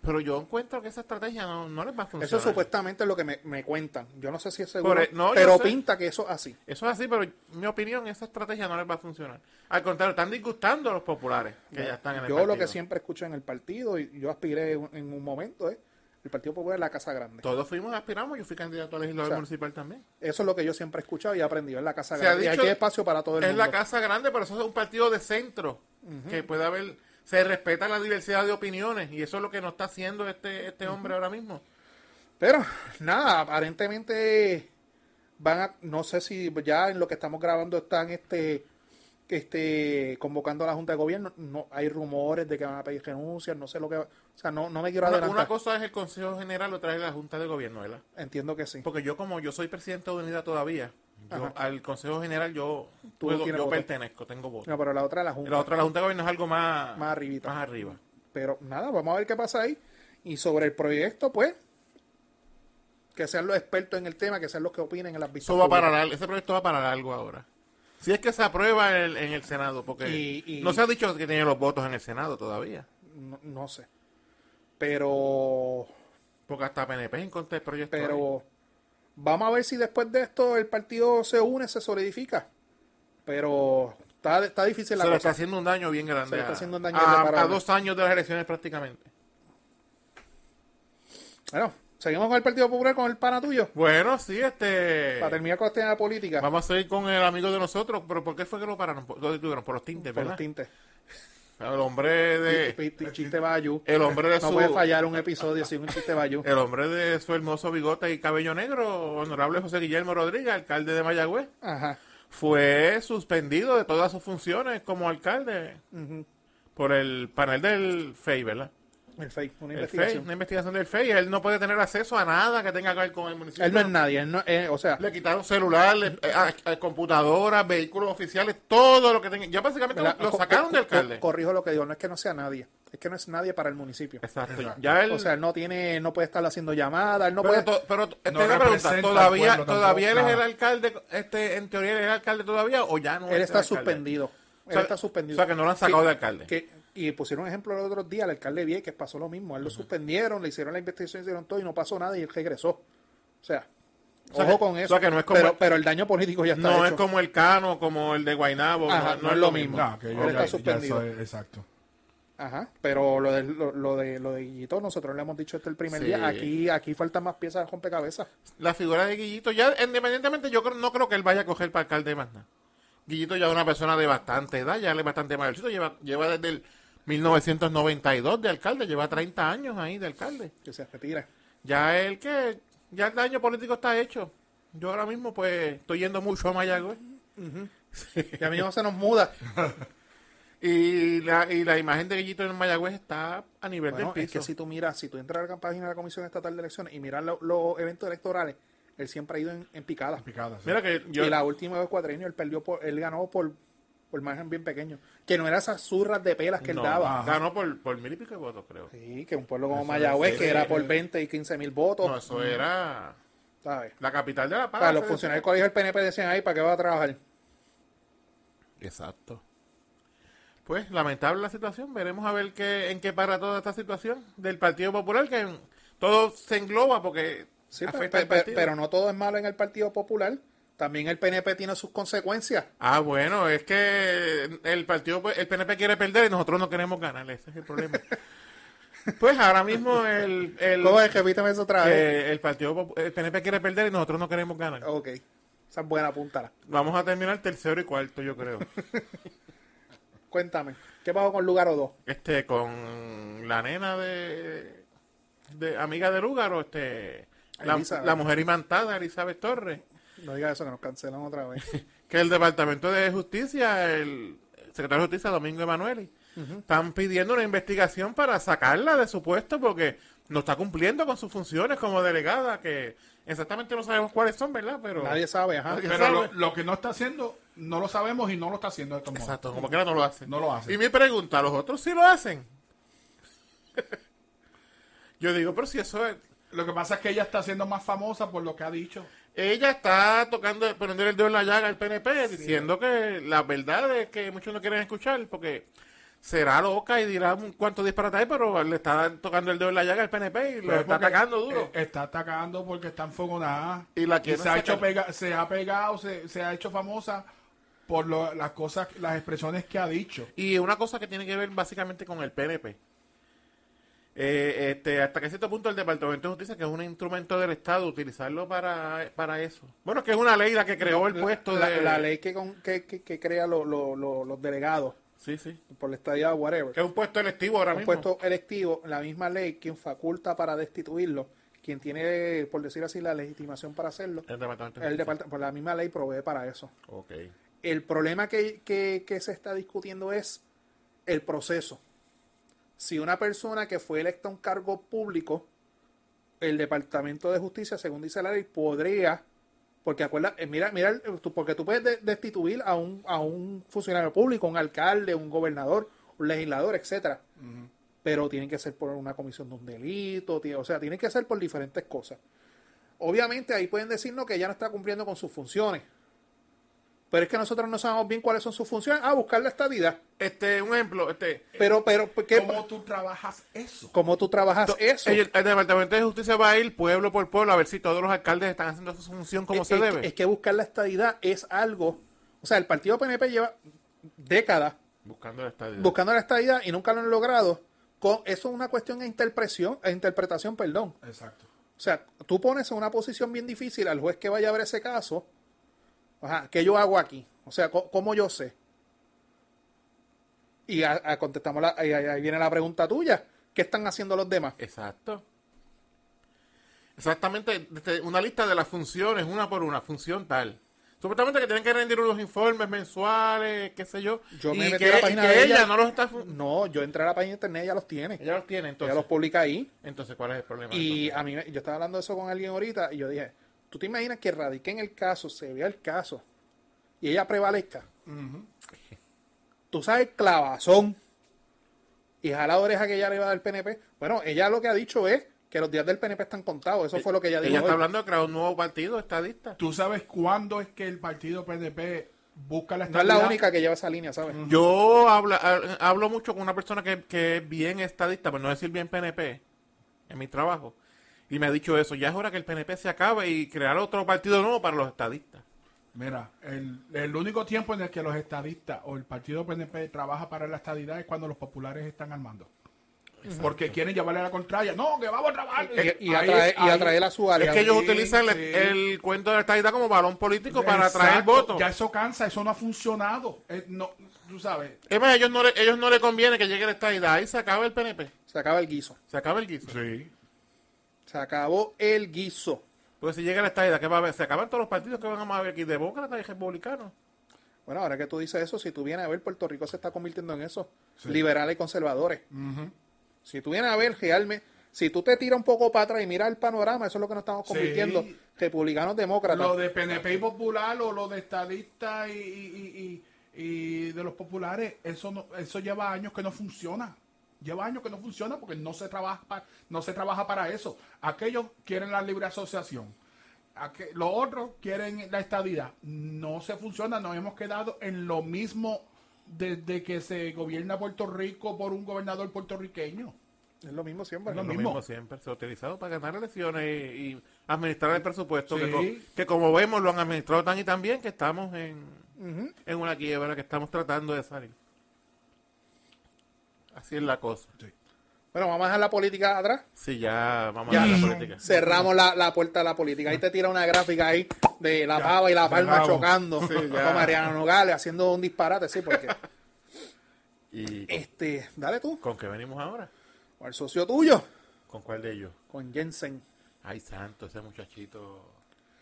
Pero yo encuentro que esa estrategia no, no les va a funcionar.
Eso supuestamente es lo que me, me cuentan. Yo no sé si es seguro,
Por e- no, yo
pero
sé.
pinta que eso es así.
Eso es así, pero mi opinión, esa estrategia no les va a funcionar. Al contrario, están disgustando a los populares que ya están en el
yo lo que
partido.
siempre escuché en el partido, y yo aspiré un- en un momento, es el Partido Popular es la Casa Grande.
Todos fuimos, aspiramos, yo fui candidato a legislador
O sea,
municipal también.
Eso es lo que yo siempre he escuchado y he aprendido, en la Casa
Se ha
Grande. y
dicho-
aquí hay espacio para todo el
Es
mundo.
la casa grande, pero eso es un partido de centro, que puede haber, se respeta la diversidad de opiniones, y eso es lo que no está haciendo este, este hombre ahora mismo.
Pero, nada, aparentemente van a, no sé si ya en lo que estamos grabando están este este convocando a la Junta de Gobierno, no hay rumores de que van a pedir renuncias, no sé lo que va, o sea, no, no me quiero
Una,
adelantar.
una cosa es el Consejo General, otra es la Junta de Gobierno, ¿verdad?
Entiendo que sí.
Porque yo como yo soy presidente de Unidad todavía, yo-
Ajá.
al Consejo General yo,
Tú
puedo-
tienes
yo
voto.
pertenezco, tengo voto.
No, pero la otra la Junta.
La otra, la Junta de Gobierno es algo más,
Más arribita.
Más arriba.
Pero nada, vamos a ver qué pasa ahí. Y sobre el proyecto, pues, que sean los expertos en el tema, que sean los que opinen en las vistas.
Eso va para
públicas.
largo, ese proyecto va para largo ahora. Si es que se aprueba en el, en el Senado, porque
Y- y-
no se ha dicho que tiene los votos en el Senado todavía.
No, no sé. Pero,
Porque hasta PNP es en contra del proyecto. ahí.
pero, Vamos a ver si después de esto el partido se une, se solidifica. Pero está, está difícil la
se le está
cosa.
haciendo un daño bien grande.
Se le está
a-
haciendo un daño
a- a,
irreparable.
dos años de las elecciones prácticamente.
Bueno, seguimos con el Partido Popular, con el pana tuyo.
Bueno, sí, este.
Para terminar con este tema de política.
Vamos a seguir con el amigo de nosotros, pero ¿por qué fue que lo pararon? Por, lo detuvieron por los tintes,
con los
¿verdad?
tintes.
El hombre de.
Chiste- Chiste Bayou.
El hombre de
No
su-
puede fallar un episodio sin un chiste Bayou.
El hombre de su hermoso bigote y cabello negro, honorable José Guillermo Rodríguez, alcalde de Mayagüez,
Ajá.
fue suspendido de todas sus funciones como alcalde por el panel del FEI, ¿verdad?
El fake, una
El FEI,
investigación.
una investigación del FEI. Él no puede tener acceso a nada que tenga que ver con el municipio.
Él no es nadie, él no, eh, o sea,
Le quitaron celulares, eh, a- a- computadoras, vehículos oficiales, todo lo que tenga. Ya básicamente
¿verdad?
lo
Co-
sacaron
co-
de
co-
alcalde.
Corrijo lo que digo, no es que no sea nadie, es que no es nadie para el municipio.
Exacto. Ya él,
O sea, él no tiene, no puede estar haciendo llamadas, él no
pero,
puede.
to- pero to- te
no
voy a
representa
preguntar,
al
¿todavía,
pueblo
todavía él
tampoco,
es el
nada.
alcalde? este En teoría, ¿él es el alcalde todavía o ya no?
él
es
está
el alcalde?
suspendido.
O sea,
él está suspendido.
o sea, que no lo han sacado
Que-
de alcalde.
que- y pusieron un ejemplo los otros días, el alcalde de Vieques pasó lo mismo. A Él lo suspendieron, le hicieron la investigación, hicieron todo y no pasó nada y él regresó. O sea,
O sea
ojo
que-
con
o
eso.
sea, que no es como-
pero, pero el daño político ya está
No
hecho.
es como el Cano, como el de Guainabo.
Ajá,
no, no es lo mismo.
No, que yo
Él
ya-
está
ya
suspendido.
soy- exacto.
Ajá, pero lo de, lo, lo de, lo de Guillito, nosotros le hemos dicho este el primer
Sí.
día, aquí, aquí faltan más piezas de rompecabezas.
La figura de Guillito, ya independientemente, yo creo- no creo que él vaya a coger para alcalde más nada. Guillito ya es una persona de bastante edad, ya él es bastante mayorcito, lleva, lleva desde el 1992 de alcalde, lleva 30 años ahí de alcalde.
Que se retire.
Ya él que, ya el daño político está hecho. Yo ahora mismo pues estoy yendo mucho a Mayagüez.
Ya mismo se nos muda.
Y la, y la imagen de Guillito en Mayagüez está a nivel
Bueno,
del
es
piso.
que si tú miras, si tú entras a la página de la Comisión Estatal de Elecciones y miras lo- los eventos electorales, él siempre ha ido en, en picada.
Picada, sí.
Mira que yo,
Y la última vez cuatrienio, él perdió por, él ganó por, por margen bien pequeño. Que no era esas zurras de pelas que él
no,
daba.
ganó por, por mil y pico de votos, creo.
Sí, que un pueblo como Mayagüez,
sí,
que
sí.
era por 20 y 15 mil votos,
No, eso Ah, era
¿sabes?
la capital de la paz.
O sea, los funcionarios del colegio del PNP decían ahí, ¿para qué va a trabajar?
Exacto. Pues lamentable la situación. Veremos a ver qué, en qué para toda esta situación del Partido Popular, que en- todo se engloba porque
Sí, pero,
afecta Ah, al
pe- pe-
partido.
pero no todo es malo en el Partido Popular. También el PNP tiene sus consecuencias.
Ah, bueno, es que el partido, pues, el PNP quiere perder y nosotros no queremos ganar. Ese es el problema. pues ahora mismo el, el,
¿Cómo es? Repíteme eso otra vez.
que el partido, Popu- el PNP quiere perder y nosotros no queremos ganar.
Ok. Esa es buena, apúntala.
Vamos a terminar tercero y cuarto, yo creo.
Cuéntame, ¿qué pasó con Lugar o dos?
este con la nena de, de amiga de Lúgaro, este la,
Elizabeth.
la mujer imantada Elizabeth Torres,
No digas eso, que nos cancelan otra vez.
que el departamento de justicia, el secretario de justicia Domingo Emanueli, están pidiendo una investigación para sacarla de su puesto porque no está cumpliendo con sus funciones como delegada, que exactamente no sabemos cuáles son, ¿verdad? Pero
Nadie sabe, ajá.
Nadie-
Pero lo,
sabe?
lo que no está haciendo, no lo sabemos y no lo está haciendo de estos modos.
exacto, como quiera no lo hacen.
No lo hacen.
Y mi pregunta, ¿los otros sí lo hacen? Yo digo, pero si eso es
Lo que pasa es que ella está siendo más famosa por lo que ha dicho.
Ella está tocando, poniendo el dedo en la llaga al PNP, diciendo que la verdad es que muchos no quieren escuchar, porque será loca y dirá un cuanto disparate, hay, pero le está tocando el dedo en la llaga al PNP y lo
Pero
está
porque-
atacando duro.
eh, está atacando porque está enfogonada.
Y la quieren
se ha,
sacar.
hecho pega- se ha pegado, se, se ha hecho famosa por lo- las cosas, las expresiones que ha dicho.
Y una cosa que tiene que ver básicamente con el PNP. Eh, este, hasta que cierto punto el Departamento de Justicia, que es un instrumento del Estado, utilizarlo para, para eso. Bueno, que es una ley la que creó el puesto
la,
de...
la ley que, con- que, que- que crea lo- lo- lo- los delegados
Sí, sí.
por la estadía o whatever.
Que es un puesto electivo ahora
un
mismo.
puesto electivo, la misma ley, quien faculta para destituirlo, quien tiene, por decir así, la legitimación para hacerlo,
El Departamento de
el
Justicia.
departamento, pues la misma ley provee para eso.
Ok.
El problema que, que- que se está discutiendo es el proceso. Si una persona que fue electa a un cargo público, el Departamento de Justicia, según dice la ley, podría, porque acuerda, eh, mira, mira, eh, tú- porque tú puedes de- destituir a un, a un funcionario público, un alcalde, un gobernador, un legislador, etcétera. Pero tiene que ser por una comisión de un delito, ti- o sea, tiene que ser por diferentes cosas. Obviamente ahí pueden decirnos que ya no está cumpliendo con sus funciones Pero es que nosotros no sabemos bien cuáles son sus funciones. Ah, buscar la estadidad.
Este, un ejemplo, este.
Pero, pero, ¿qué,
¿Cómo tú trabajas eso?
¿cómo tú trabajas eso?
El, el Departamento de Justicia va a ir pueblo por pueblo a ver si todos los alcaldes están haciendo su función como
es,
se
es
debe.
que- es que buscar la estadidad es algo. O sea, el partido PNP lleva décadas
Buscando la estadía.
buscando la estadidad y nunca lo han logrado. Con, eso es una cuestión de interpretación, e interpretación, perdón.
Exacto.
O sea, tú pones en una posición bien difícil al juez que vaya a ver ese caso. Ajá, ¿qué yo hago aquí? O sea, co- ¿cómo, yo sé? Y a- a contestamos la- ahí, ahí- ahí viene la pregunta tuya. ¿Qué están haciendo los demás?
Exacto. Exactamente, este, una lista de las funciones, una por una, función tal. Supuestamente que tienen que rendir unos informes mensuales, qué sé yo.
Yo me
y
metí
que,
a la página
y que
de
ella,
ella.
no los está. fu-
No, yo entré a la página de internet, ella los tiene.
Ella los tiene,
ella
entonces.
los publica ahí.
Entonces, ¿cuál es el problema?
Y
entonces?
a mí, me- yo estaba hablando de eso con alguien ahorita y yo dije, ¿tú te imaginas que radiquen el caso, se vea el caso y ella prevalezca? Tú sabes, clavazón y jala oreja que ella le iba a dar el PNP. Bueno, ella lo que ha dicho es que los días del PNP están contados. Eso fue lo que ella dijo.
Eh, Ella está
hoy.
hablando de crear un nuevo partido estadista.
¿Tú sabes cuándo es que el partido PNP busca la
No es la
estabilidad?
única que lleva esa línea, ¿sabes?
Yo habla- ha- hablo mucho con una persona que, que es bien estadista, por no decir bien PNP, en mi trabajo. Y me ha dicho eso, ya es hora que el PNP se acabe y crear otro partido nuevo para los estadistas.
Mira, el, el único tiempo en el que los estadistas o el partido PNP trabaja para la estadidad es cuando los populares están armando. Porque quieren llevarle la contraria. No, que vamos a trabajar.
Eh, Y, y
Ahí
atrae-
es-
y
ahí-
atraer a su área.
Es que ellos
Sí,
utilizan el,
sí.
el cuento de la estadidad como balón político para
Exacto.
atraer votos.
Ya eso cansa, eso no ha funcionado. Eh, no, tú sabes,
Es más, ellos no, le, ellos no le conviene que llegue la estadidad. Ahí se acaba el PNP.
Se acaba el guiso.
Se acaba el guiso.
Sí.
Se acabó el guiso.
Porque si llega la estadidad, ¿qué va a haber? Se acaban todos los partidos que van a haber aquí, demócratas y republicanos.
Bueno, ahora que tú dices eso, si tú vienes a ver, Puerto Rico se está convirtiendo en eso. Liberales y conservadores. Si tú vienes a ver realmente, si tú te tiras un poco para atrás y miras el panorama, eso es lo que nos estamos
Sí.
convirtiendo. Republicanos, demócratas.
Lo de PNP y popular o lo de estadistas y, y- y- y- y de los populares, eso no, eso lleva años que no funciona. Lleva años que no funciona porque no se trabaja pa- no se trabaja para eso. Aquellos quieren la libre asociación. Aqu- los otros quieren la estadidad. No se funciona, nos hemos quedado en lo mismo desde que se gobierna Puerto Rico por un gobernador puertorriqueño.
Es lo mismo siempre.
Es lo
Lo
mismo.
mismo. siempre. Se ha utilizado para ganar elecciones y, y administrar el presupuesto.
Sí.
Que, co- que como vemos, lo han administrado tan y tan bien que estamos en, en una quiebra que estamos tratando de salir. Así es la cosa.
Bueno, vamos a dejar la política atrás.
Sí, ya vamos
Ya.
a la política.
Cerramos la, la puerta de la política. Ahí te tira una gráfica ahí de la pava y la palma
cerramos.
chocando.
ya.
Con Mariano Nogales haciendo un disparate, sí, porque.
¿Y con-
este, dale tú,
con qué venimos ahora?
con el socio tuyo,
¿Con cuál de ellos?
con Jensen.
Ay, santo, ese muchachito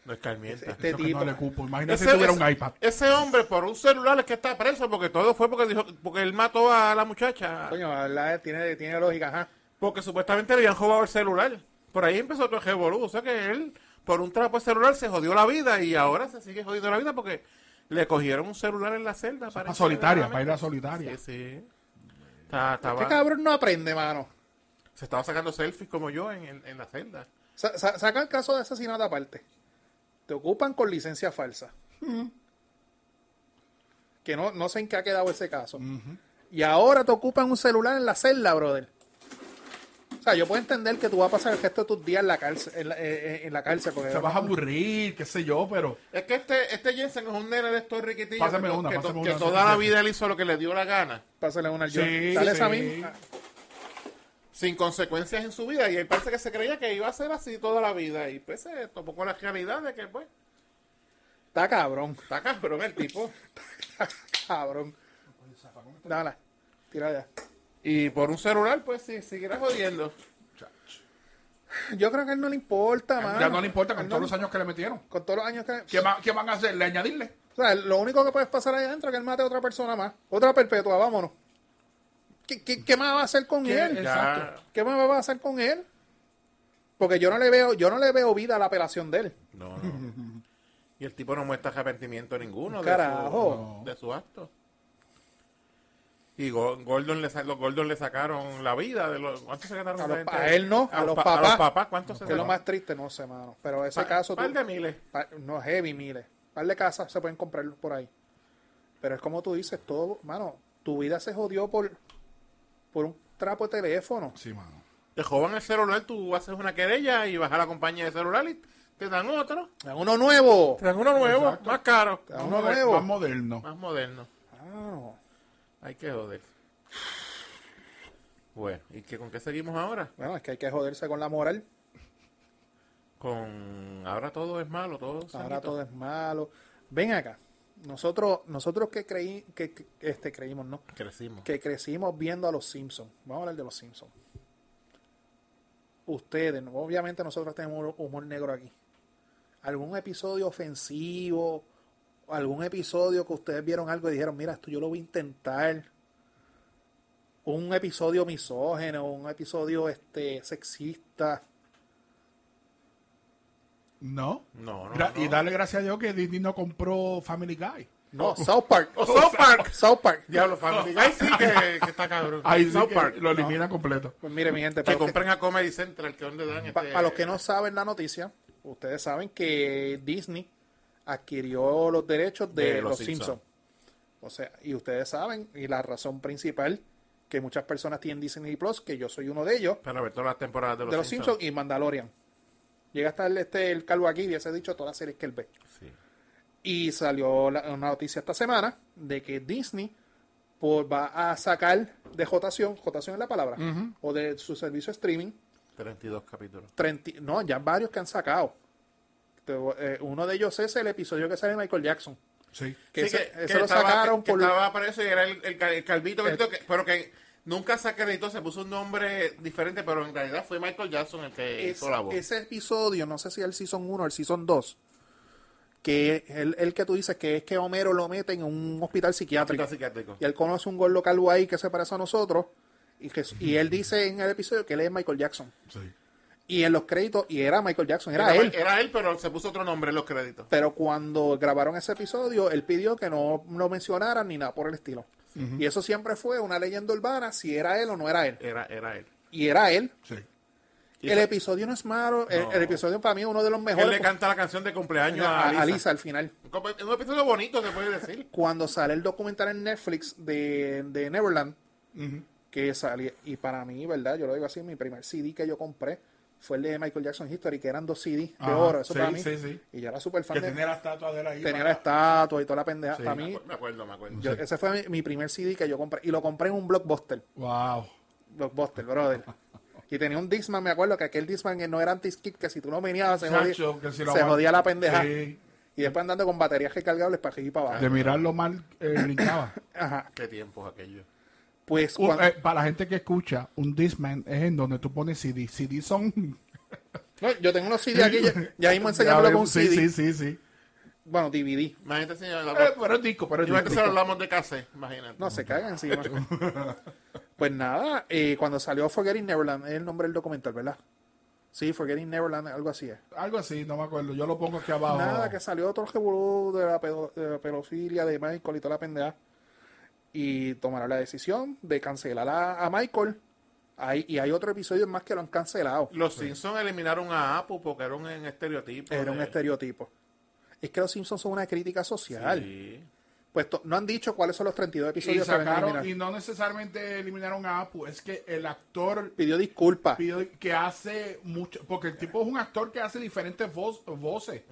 no es carmienta.
Este
Eso que
tipo.
no le cupo. Imagínate
Ese-
si este tuviera
ese-
un iPad.
ese hombre por un celular es que está preso porque todo fue porque dijo porque él mató a la muchacha
Coño, la verdad es- tiene, tiene lógica, ajá.
porque supuestamente le habían robado el celular. Por ahí empezó todo el revolú, o sea que él por un trapo de celular se jodió la vida y ahora se sigue jodiendo la vida porque le cogieron un celular en la celda
Para
para
solitaria, para ir a solitaria.
Sí, sí. Está- estaba-
Este cabrón no aprende, mano.
se estaba sacando selfies como yo en, en- en la celda.
Sa- sa- saca el caso de asesinato aparte. Te ocupan con licencia falsa. Que no, no sé en qué ha quedado ese caso. Y ahora te ocupan un celular en la celda, brother. O sea, yo puedo entender que tú vas a pasar el resto de tus días en la cárcel. En la, eh, eh, en la cárcel porque
Te vas a aburrir, qué sé yo, pero
Es que este, este Jensen es un nene de estos riquitillos
Pásame
que,
una,
que to-
pásame
que
una.
toda la vida él hizo lo que le dio la gana,
pásale una al
Sí,
John. Dale esa
sí.
misma.
sin consecuencias en su vida. Y él parece que se creía que iba a ser así toda la vida. Y pues se topó con la realidad de que, pues,
Está cabrón.
está cabrón el tipo.
Cabrón. Dale. Tira ya.
Y por un celular, pues sí, seguirá jodiendo.
Yo creo que a él no le importa, mano.
ya no le importa
A
con
él no
todos
le-
los años que le metieron.
Con todos los años que.
¿Qué, va- qué van a hacerle? ¿Añadirle?
O sea, lo único que puedes pasar ahí adentro es que él mate a otra persona más. Otra perpetua, vámonos. ¿Qué, qué- qué más va a hacer con
¿Qué-
él?
Ya,
Exacto.
¿Qué más va a hacer con él? Porque yo no le veo, yo no le veo vida a la apelación de él.
no, no. Y el tipo no muestra arrepentimiento ninguno de
Carajo.
su, de su acto. Y Go- Gordon le, sa- los Gordon le sacaron la vida. De los, ¿Cuántos se quedaron?
A
de
los-
gente?
a él no, a los
pa- A
papás.
los papás, ¿cuántos se
Que es lo
quedaron?
más triste, no sé, mano. Pero ese
Pa-
caso,
par
tú-
de miles.
pa- no heavy, miles. Un par de casas se pueden comprar por ahí. Pero es como tú dices, todo, mano, tu vida se jodió por, por un trapo de teléfono.
Sí, mano.
Te jodan el celular, tú haces una querella y vas a la compañía de celular y te dan otro.
A uno nuevo.
Te dan uno nuevo,
Exacto.
más caro,
A
Más
uno
moder-
nuevo. Ah.
Más moderno.
más moderno.
Mano,
Hay que joder. Bueno, ¿y qué, con qué seguimos ahora?
bueno, es que hay que joderse con la moral.
Con ahora todo es malo, todo es
Ahora
sanguito.
todo es malo. Ven acá. Nosotros, nosotros que creí, que que- este creímos, ¿no?
crecimos.
Que crecimos viendo a los Simpsons. Vamos a hablar de los Simpsons. Ustedes, ¿no? obviamente nosotros tenemos humor negro aquí. ¿Algún episodio ofensivo? ¿Algún episodio que ustedes vieron algo y dijeron, mira, esto yo lo voy a intentar? Un episodio misógeno, un episodio este sexista.
No.
No, no,
Gra-
no.
Y dale gracias a Dios que Disney no compró Family Guy.
No, South Park.
¡Oh, South Park!
South Park.
Diablo, Family Guy sí que, que está cabrón.
Ahí sí
South
que
Park.
lo elimina completo.
Pues mire, mi gente, para
Que
los que,
compren a Comedy Central, que donde dan
pa-
este-
para los que no saben la noticia, ustedes saben que Disney adquirió los derechos de,
De los
los
Simpson.
Simpsons. O sea, y ustedes saben, y la razón principal que muchas personas tienen Disney Plus, que yo soy uno de ellos,
Para ver todas las temporadas de los,
de los Simpsons y Mandalorian. Llega a estar este, el calvo aquí y hubiese dicho todas las series que él ve.
Sí.
Y salió la- una noticia esta semana de que Disney por, va a sacar de jotación, jotación es la palabra, o de su servicio streaming,
32 capítulos.
30 no, ya varios que han sacado. Te vo- eh, uno de ellos es el episodio que sale Michael Jackson.
Sí.
Que,
Sí,
ese-
que-
ese
que
lo
estaba-
sacaron
que
por.
Estaba preso y era el, el cal- el calvito,
El-
calvito que- pero que nunca se acreditó, se puso un nombre diferente, pero en realidad fue Michael Jackson el que
es-
hizo la voz.
ese episodio, no sé si es el season 1 o el season 2. Que el, el que tú dices que es que Homero lo mete en un hospital psiquiátrico.
Hospital psiquiátrico.
Y él conoce un gordo calvo ahí que se parece a nosotros. Y, que, y él dice en el episodio que él es Michael Jackson.
Sí.
Y en los créditos, y era Michael Jackson, era, él.
Era él, pero se puso otro nombre en los créditos.
Pero cuando grabaron ese episodio, él pidió que no lo mencionaran ni nada por el estilo. Y eso siempre fue una leyenda urbana, si era él o no era él.
Era, era él.
Y era él.
Sí.
Y
el
se-
episodio no es malo, el,
No.
el episodio para mí es uno de los
él
mejores.
le canta la canción de cumpleaños
a,
a,
a
Lisa.
Lisa al final.
Como- Es un episodio bonito, se puede decir.
Cuando sale el documental en Netflix de, de Neverland,
Ujú.
que salió, y para mí, ¿verdad? Yo lo digo así, mi primer CD que yo compré fue el de Michael Jackson History, que eran dos CD de
Ajá,
oro, eso
sí,
para mí.
sí, sí.
Y yo era súper fan
Que
de...
tenía la estatua de él ahí.
tenía
para-
la estatua y toda la pendeja.
Sí,
para
Me
mí,
acu- me acuerdo, me acuerdo.
Yo- ese fue mi, mi primer CD que yo compré. Y lo compré en un Blockbuster.
Wow.
Blockbuster, brother. Y tenía un Disman, me acuerdo que aquel Disman que no era anti-skip, que si tú no venías se jodía,
Chacho, que si lo
se
aguanta-
jodía la pendeja.
Sí.
Y después andando con baterías recargables para aquí y para
De
abajo.
mirarlo mal, eh, brincaba.
Ajá.
Qué tiempos aquellos.
Pues
Un-
cuando-
eh, para la gente que escucha, un Disman es en donde tú pones CD. CD son.
no, yo tengo unos CD aquí, ya, ya mismo enseñándolo
Ya
con un
sí,
CD.
Sí, sí, sí.
Bueno, DVD.
Imagínate, señor.
Ah,
la-
Eh, pero es disco, pero es
Imagínate si
disco.
hablamos de cassette, imagínate.
No, se cagan encima. pues nada, eh, cuando salió Forgetting Neverland, es el nombre del documental, ¿verdad? Sí, Forgetting Neverland, algo así es.
Algo así, no me acuerdo. Yo lo pongo aquí abajo.
Nada, que salió otro revolú de la, pedo- de la pedofilia de Michael y toda la pendeja. Y tomaron la decisión de cancelar a, a Michael. Hay- y hay otro episodio más que lo han cancelado.
Los Simpsons eliminaron a Apu porque era un en estereotipo.
Era un
de-
estereotipo. Es que los Simpsons son una crítica social.
Sí.
Pues to- no han dicho cuáles son los 32
Y,
episodios que van a
sacaron,
eliminar.
y no necesariamente eliminaron a Apu, es que el actor
Pidió disculpas.
pidió que hace mucho, porque el tipo es un actor que hace diferentes vo- voces.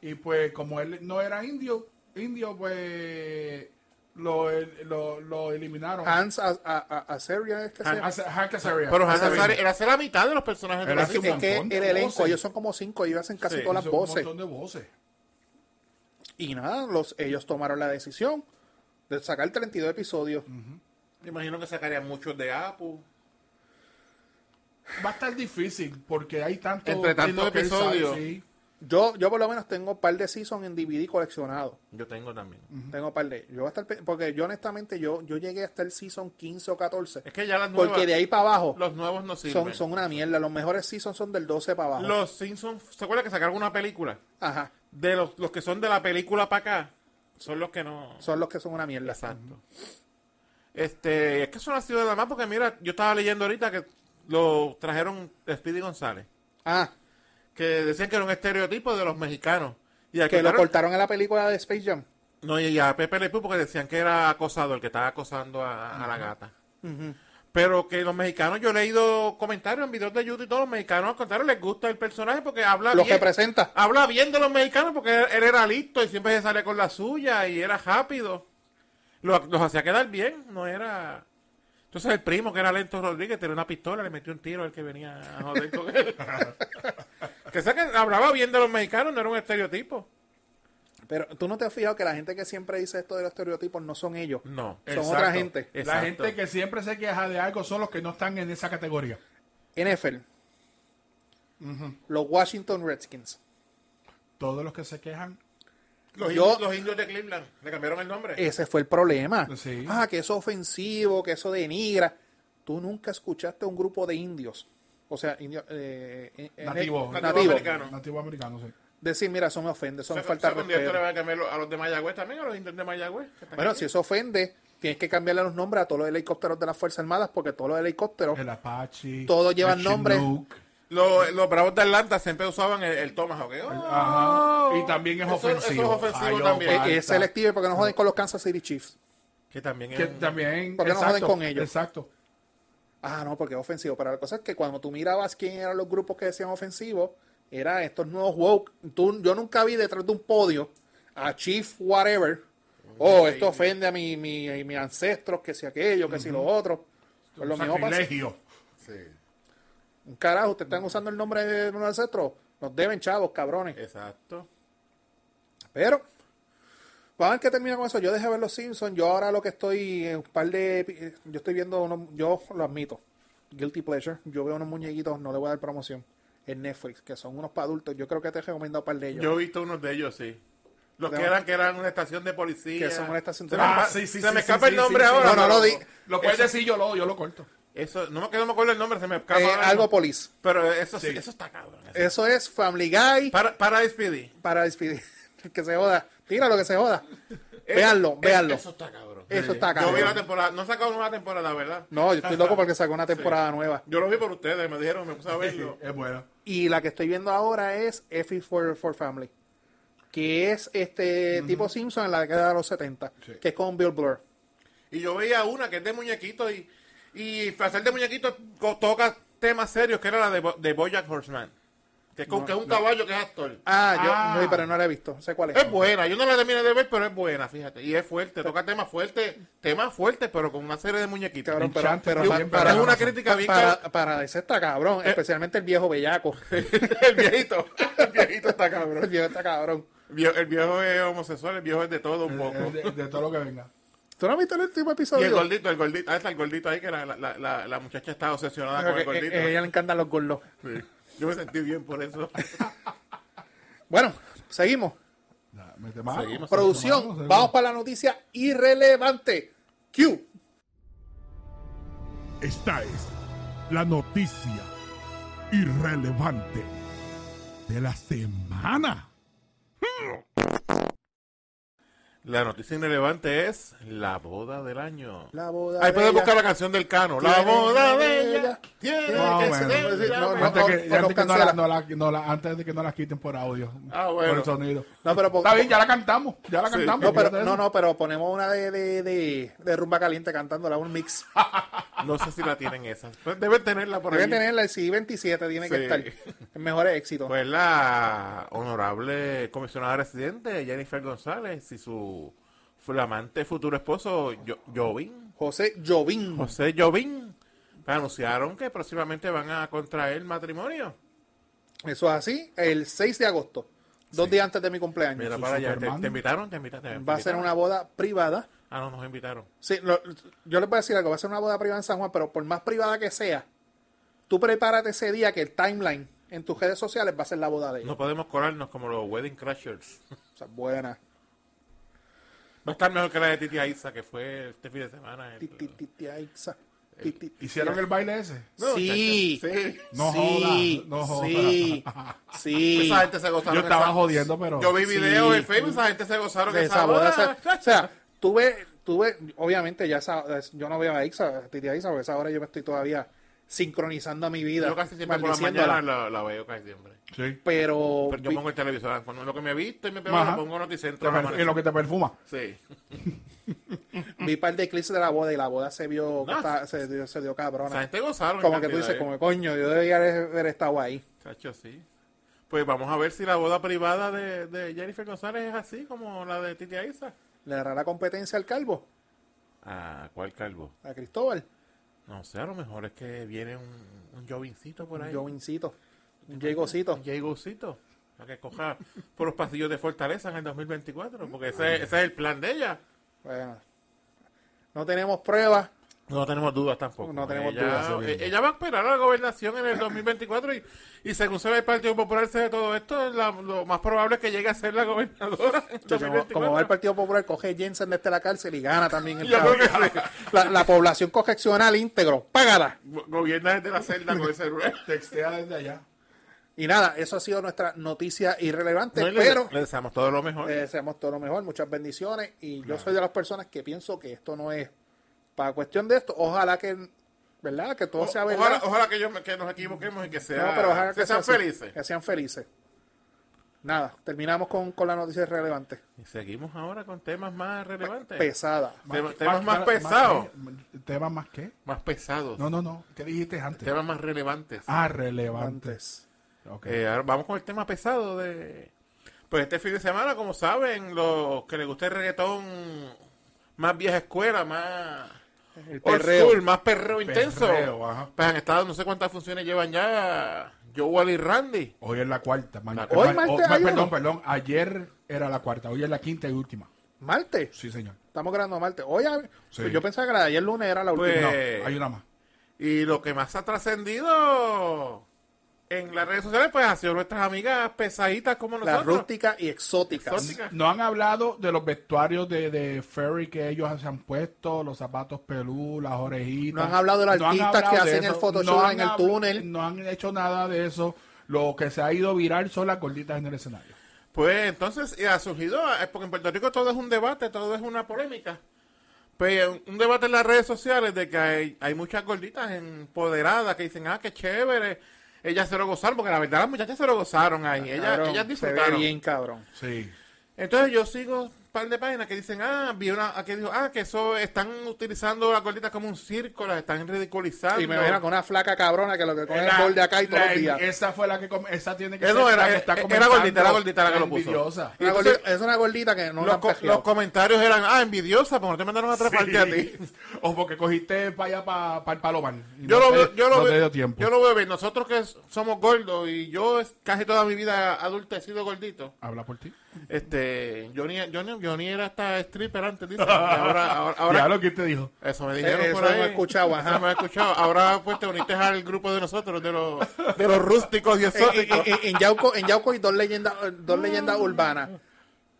Y pues como él no era indio, indio pues lo, el- lo, lo eliminaron.
Hans a, a, a- Azaria es que se
Han-
llama.
Hans- Hank Azaria.
Pero
Hans
Hans
Azaria.
Azaria- él hace la mitad de los personajes de
Era
los
así,
Simpsons.
Es que
montón de
el elenco,
voces.
ellos son como cinco, ellos hacen casi
Sí,
todas las
Hizo un
voces.
montón de voces.
Y nada, los, ellos tomaron la decisión de sacar 32 episodios.
Me imagino que sacarían muchos de Apu.
Va a estar difícil porque hay tanto
Entre tantos
Disney que él sabe,
episodios.
sí.
Yo, yo por lo menos tengo un par de seasons en DVD coleccionado.
Yo tengo también.
Tengo un par de... Yo voy a estar pe- porque yo honestamente, yo, yo llegué hasta el season 15 o 14.
Es que ya las nuevas,
Porque de ahí para abajo
los nuevos no sirven.
son, son una mierda. Los mejores seasons son del 12 para abajo.
Los Simpsons, ¿se acuerdan que sacaron una película?
Ajá.
De los, los que son de la película para acá, son los que no...
Son los que son una mierda.
Exacto. Este, es que son así de la más porque mira, yo estaba leyendo ahorita que lo trajeron Speedy González,
Ah,
que decían que era un estereotipo de los mexicanos. Y al
que lo
cortaron-
cortaron en la película de Space Jam.
No, y a Pepe Le Pew porque decían que era acosado, el que estaba acosando a, a la gata. Pero que los mexicanos, yo he leído comentarios en videos de YouTube y todos los mexicanos al contrario les gusta el personaje porque habla
Los
bien.
representa.
Habla bien de los mexicanos porque él, él era listo y siempre se salía con la suya y era rápido. Lo- los hacía quedar bien, no era... Entonces el primo que era Lento Rodríguez tenía una pistola, le metió un tiro al que venía a joder con él. que sea que hablaba bien de los mexicanos, no era un estereotipo.
Pero tú no te has fijado que la gente que siempre dice esto de los estereotipos no son ellos.
No.
Son otra gente.
La
Exacto.
gente que siempre se queja de algo son los que no están en esa categoría.
NFL. Los Washington Redskins.
Todos los que se quejan.
Los,
Yo- Eh,
indios, los indios de Cleveland le cambiaron el nombre.
Ese fue el problema.
Sí.
Ah, que eso es ofensivo, que eso denigra. Tú nunca escuchaste a un grupo de indios. O sea, indios eh, eh, eh,
Nativo.
nativos.
Nativo americano.
Nativo americano, sí.
Decir, mira, eso me ofende, eso
Se-
me falta
se
de
convirtió,
respeto.
le van a cambiar a los de Mayagüez también, a los indios de Mayagüez. que están
Bueno,
aquí.
si eso ofende, tienes que cambiarle los nombres a todos los helicópteros de las Fuerzas Armadas, porque todos los helicópteros, eh,
El Apache.
Todos llevan
el
nombres.
Chinook.
Los, los bravos de Atlanta siempre usaban el, el Tomahawk. ¿eh?
Ajá.
Oh.
Y también es
Eso- eso es
ofensivo.
ofensivo
Ay, oh,
también.
eh,
falta.
es selectivo, porque no joden con los Kansas City Chiefs.
Que también es
Que
un-
también.
¿Por qué no joden
exacto,
con ellos?
Exacto.
Ah, no, porque es ofensivo. Pero la cosa es que cuando tú mirabas quién eran los grupos que decían ofensivos, eran estos nuevos woke. Tú- yo nunca vi detrás de un podio a Chief Whatever. Oh, esto ofende a mi, mi, a mis ancestros, que si aquello, que si lo otro. Pues lo mismo pasa.
Sacrilegio.
Sí,
Un carajo, ustedes están usando el nombre de unos ancestros. Nos deben chavos, cabrones.
exacto.
Pero, vamos a ver qué termina con eso. Yo dejé ver los Simpsons. Yo ahora lo que estoy, eh, un par de. eh, Yo estoy viendo, unos- yo lo admito, Guilty Pleasure. Yo veo unos muñequitos, no le voy a dar promoción, en Netflix, que son unos para adultos. Yo creo que te he recomendado un par de ellos. Eh,
Yo he visto unos de ellos, sí. Los
De-
que eran, que eran una estación de policía.
Que son una estación
se
de-
me,
Ah,
escapa-
sí,
se
sí, sí,
me
sí,
escapa
sí,
el nombre
sí, sí.
ahora.
No, no lo di-
Lo puedes decir, yo lo, yo lo corto.
Eso, no me quedo, no me acuerdo el nombre, se me escapa.
Eh,
ahora
algo Eh,
mismo.
police.
Pero eso, sí,
Sí.
eso está cabrón. eso.
Eso es Family Guy
Para, para Speedy.
para despedir. que se joda. Tíralo que se joda. Véanlo,
Eh,
véanlo.
Eso está cabrón.
Eso está
Yo vi la
cabrón.
temporada, no sacaron una temporada, ¿verdad?
No, yo estoy loco porque sacó una temporada nueva.
Yo lo vi por ustedes, me dijeron, me puse a verlo.
Es bueno.
Y la que estoy viendo ahora es F is for, for Family. Que es este tipo Simpson en la década de los 70.
Sí.
Que es con Bill Blur.
Y yo veía una que es de muñequito y, y para hacer de muñequito co- toca temas serios, que era la de, Bo- de Bojack Horseman. Que es, con, que es un caballo que es actor.
Ah,
Ah.
yo. No, pero no la he visto. Sé cuál es.
Es buena, yo no la terminé de ver, pero es buena, fíjate. Y es fuerte, toca temas fuertes, temas fuertes, pero con una serie de muñequitos.
Cabrón, pero,
Enchanted
pero
también,
pa-
pero
es
para,
una
para-
crítica bien Eh.
para, para ese está cabrón, especialmente el viejo bellaco.
el viejito, el viejito está
El
cabrón.
viejo está cabrón.
Vie- El viejo es homosexual, el viejo es de todo un poco.
Es De, de todo lo que venga.
¿Tú no has visto el
Y
último
el
episodio?
gordito, el gordito, ahí está el gordito ahí que la, la- la- la- la muchacha estaba obsesionada ah,
Creo
con el
que,
gordito.
eh, a ella le encantan los gordos.
Sí. Yo me sentí bien por eso.
Bueno, seguimos.
Nah, mete mano.
Seguimos.
Producción,
Mete mano,
vamos para la noticia irrelevante. Q.
Esta es la noticia irrelevante de la semana.
La noticia irrelevante es la boda del año.
La boda
Ahí
de
puedes
ella.
buscar la canción del Cano. La
Tiene
boda
que
de ella.
ella.
Tiene
Ah,
que
bueno.
ser
Sí,
la
no, no,
mejor.
Antes,
no,
que, antes, que no
cancela.
la, no la- no la- antes de que no la quiten por audio.
Ah, bueno.
Por el sonido.
No, pero po-
Está bien, ya la cantamos. Ya la
Sí.
cantamos.
No, pero,
fíjate
no,
eso.
no, pero ponemos una de, de, de, de rumba caliente cantándola, un mix.
No sé si la tienen esas. Pues deben tenerla por ahí.
Deben tenerla, sí, 27 tiene que
Sí.
estar. El mejor éxito.
Pues la honorable comisionada residente Jennifer González y su flamante futuro esposo Jo- Jovin,
José Jovín.
José Jovin, anunciaron que próximamente van a contraer matrimonio.
Eso es así, el 6 de agosto, dos días antes de mi cumpleaños.
Mira para allá, te,
Superman.
te invitaron, te invitaron. te
va a ser
invitaron.
una boda privada.
Ah, no, nos invitaron.
Sí, lo- yo les voy a decir algo, va a ser una boda privada en San Juan, pero por más privada que sea, tú prepárate ese día que el timeline en tus redes sociales va a ser la boda de ellos.
No podemos colarnos como los Wedding Crashers.
O sea, buena.
Va a estar mejor que la de Titi Aiza, que fue este fin de semana. el-
Ti, ti, ti, ti, ay, sa. Ti, ti, ti,
¿Hicieron
ay.
el baile ese?
No,
Sí.
chacho, sí.
No
sí,
joda, no joda.
sí, sí.
Esa gente se gozaron.
Yo estaba
esa-
jodiendo, pero.
Yo vi
Sí.
videos en Facebook, esa gente se gozaron.
de
esa
esa
boda.
boda, esa- o sea, tuve, tuve, obviamente ya esa- yo no veo a Ixa, a Titi Ixa, porque a esa hora yo me estoy todavía sincronizando a mi vida.
Yo casi siempre por la
maldiciéndola.
mañana la, la veo casi siempre.
Sí.
Pero,
Pero yo
vi-
pongo el televisor. Cuando lo que me he visto y me pego,
Ajá.
lo pongo noticentro. al
En lo
amanecer.
que te perfuma.
Sí.
vi par de eclipses de la boda y la boda se vio, que
Ah.
estaba- se, dio- se dio
O sea,
cabrona.
gente gozaron. en
Como que tú
cantidad,
dices,
¿eh?
como coño, yo debería haber estado ahí.
Chacho, sí. Pues vamos a ver si la boda privada de, de Jennifer González es así como la de Titi Aiza.
Le dará la competencia al calvo,
Ah, ¿cuál calvo?
a Cristóbal.
No sé, a lo mejor es que viene un, un jovincito por ahí.
Yo incito, un Jegocito.
Un Jaygocito, Para que coja por los pasillos de Fortaleza en el 2024. Porque ese, ese es el plan de ella.
Bueno, no tenemos pruebas.
No tenemos dudas tampoco.
No tenemos
ella,
dudas, eso
eh, Ella va a esperar a la gobernación en el 2024 y, y según se ve el Partido Popular se ve todo esto, la- lo más probable es que llegue a ser la gobernadora. en
Entonces, como-
2024.
como va el Partido Popular, coge Jensen desde la cárcel y gana también el
Yo creo
cabrón.
que sí.
la, la población correccional íntegro, págala.
Go- Gobierna desde la celda con ese celular.
Textea desde allá.
Y nada, eso ha sido nuestra noticia irrelevante,
No, y le-
pero
le deseamos todo lo mejor.
le deseamos todo lo mejor, muchas bendiciones. Y yo soy de las personas que pienso que esto no es para cuestión de esto. Ojalá que, ¿verdad? Que todo
O-
sea verdad.
ojalá, ojalá que, yo, me- que nos equivoquemos y que sea,
No, pero ojalá
que
que
sean
sea así,
felices.
Que sean felices. Nada, terminamos con, con la noticia irrelevante.
Y seguimos ahora con temas más relevantes.
Pesada.
Tema- temas más, pesados.
¿Temas más qué?
Más pesados.
No, no, no. ¿Qué dijiste antes?
Temas más relevantes.
Ah, relevantes.
Antes.
Ok.
Eh, ahora vamos con el tema pesado de... Pues este fin de semana, como saben, los que les gusta el reggaetón más vieja escuela, más... old
El perreo.
school, más perreo intenso.
Perreo, ajá.
Pues han estado, no sé cuántas funciones llevan ya Joel y Randy.
Hoy es la cuarta. ma-
La-
eh,
Hoy,
ma-
martes,
oh, ma-
hay
Perdón,
uno.
perdón. Ayer era la cuarta. Hoy es la quinta y última.
Marte.
Sí, señor.
Estamos grabando martes. Hoy hab-
Sí.
pues yo pensaba que la de ayer lunes era la
Pues-
última.
No,
Eh.
hay una más.
Y lo que más ha trascendido en las redes sociales, pues, ha sido nuestras amigas pesaditas como
la
nosotros.
rústica y exótica.
Exótica.
No han hablado de los vestuarios de, de Ferry que ellos se han puesto, los zapatos pelú, las orejitas.
No han hablado de los
No han
artistas que
hablado de
hacen el
eso.
Photoshop
han
en el
habl-
túnel.
No han hecho nada de eso. Lo que se ha ido viral son las gorditas en el escenario.
Pues entonces y ha surgido, eh, porque en Puerto Rico todo es un debate, todo es una polémica. Pues un- un debate en las redes sociales de que hay, hay muchas gorditas empoderadas que dicen, ah, qué chévere. Ellas se lo gozaron, porque la verdad las muchachas se lo gozaron ahí. Ellas,
Cabrón,
ellas
se
disfrutaron.
ve bien, cabrón.
Sí.
Entonces yo sigo un par de páginas que dicen, ah, vi una a que dijo, ah, que eso están utilizando las gorditas como un circo, las están ridiculizando.
Y me imagino con una flaca cabrona que lo que coge
La-
es bol de acá y
la-
todos los días.
Esa fue la que com- esa tiene que
Eh, no,
ser
era-
la que
era- era
comentando,
gordita, era gordita la que lo puso.
envidiosa.
Una
entonces-
gordita- es una gordita que no la
los,
han
co-
pajeado.
los comentarios eran, ah, envidiosa, porque no te mandaron a
Sí.
atraparte a ti.
O porque cogiste para allá para el Palomar. y
Yo
no
lo
te-
veo, yo lo
no te
veo,
dio tiempo.
yo lo veo bien. Nosotros que s- somos gordos y yo es- casi toda mi vida adulta he sido gordito.
Habla por ti.
Este, yo ni, yo ni, yo ni era hasta stripper antes, dicen. Y Ahora, ahora, ahora-
ya lo que te dijo.
eso me dijeron
Eso
por
hemos
ahí.
escuchado, ajá.
Eso hemos escuchado. Ahora pues te uniste al grupo de nosotros, de los, de los rústicos y exóticos.
en, en- Eh, en- en Yauco, en Yauco hay dos leyendas, dos leyendas urbanas.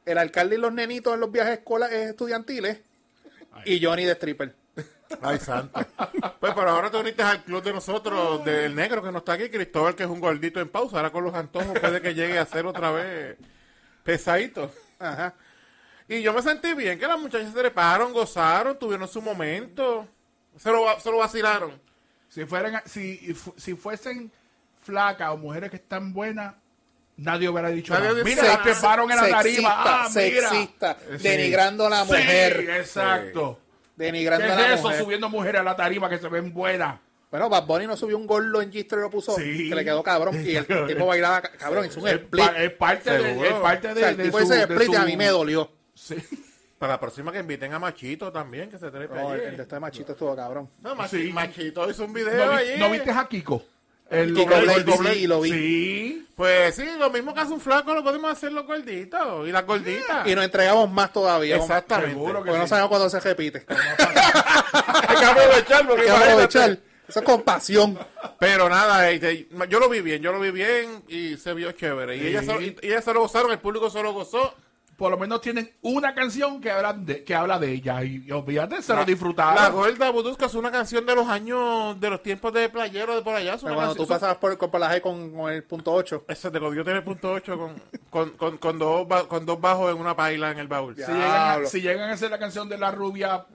El alcalde y los nenitos en los viajes escola- eh, estudiantiles y Johnny de stripper.
Ay, santo. Pues pero ahora te uniste al club de nosotros, del negro que no está aquí, Cristóbal, que es un gordito en pausa. Ahora con los antojos puede que llegue a ser otra vez pesadito.
Ajá.
Y yo me sentí bien, que las muchachas se treparon, gozaron, tuvieron su momento. Se lo, va- se lo vacilaron.
Si fueran, si, fu- si fuesen flacas o mujeres que están buenas, nadie hubiera dicho
Nadie
nada.
dice
Mira, las
nada.
treparon en la
Sexista,
tarima. Ah, mira.
sexista,
Sí.
denigrando a la
Sí,
mujer.
exacto.
Denigrando
¿Qué
a la
es eso?
mujer.
Subiendo mujeres a la tarima que se ven buenas.
Bueno, Bad Bunny no subió un gordo en Gistro y lo puso
Sí. Eh,
que le quedó cabrón. Y el tipo bailaba ca- cabrón, hizo un
Es,
split.
pa- es parte de,
Seguro.
es parte de,
o sea, el
de
tipo
su-
ese
de
split
su-
a mí me dolió.
Sí.
Para la próxima que inviten a Machito también, que se trepe
No,
allí.
el de este machito estuvo cabrón.
No, Machi-
Sí.
Machito hizo un video
¿No, vi-
allí.
no viste a Kiko? El,
Kiko
el-
Blade,
el-
sí, lo vi.
Sí.
Pues sí, lo mismo que hace un flaco, lo podemos hacer los gorditos y las gorditas.
Y nos entregamos más todavía. vamos.
Exactamente.
Seguro que
Porque no
sí.
sabemos cuándo se repite. Hay
Hay que aprovechar, porque
que
imagínate.
aprovechar. Eso es compasión.
Pero nada, este, yo lo vi bien, yo lo vi bien y se vio chévere. Y,
Sí.
ellas, se lo- y, y ellas se lo gozaron, el público se lo gozó.
Por lo menos tienen una canción que, hablan de, que habla de ella. Y olvídate, se lo
La
disfrutaron.
Gorda Budusca es una canción de los años, de los tiempos de playero de por allá. Es una
Pero cuando
canción-
tú pasabas por, por la G con, con el punto 8.
Eso te codió 3.8 con, con, con, con, dos, ba- con dos bajos en una paila en el baúl.
Si llegan, a,
Diablo.
si llegan a hacer la canción de la rubia,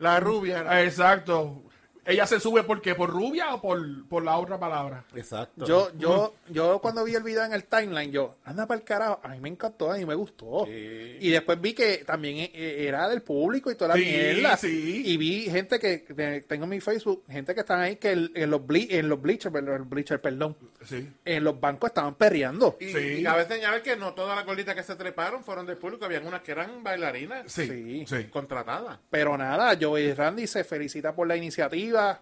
La rubia.
exacto. Ella se sube por qué, por rubia o por, por la otra palabra.
Exacto.
Yo, yo, yo cuando vi el video en el timeline, yo, anda para el carajo, a mí me encantó, a mí me gustó.
Sí.
Y después vi que también eh, era del público y toda la
Sí,
mierda.
sí.
Y vi gente que, de- tengo en mi Facebook, gente que están ahí que el- en, los ble- en los bleachers, perdón, en los bleachers, perdón,
Sí.
en los bancos estaban perreando.
Y,
Sí.
y cabe señalar que no todas las gorditas que se treparon fueron del público, habían unas que eran bailarinas
Sí.
Sí.
sí.
contratadas.
Pero nada, Joey Randy se felicita por la iniciativa, a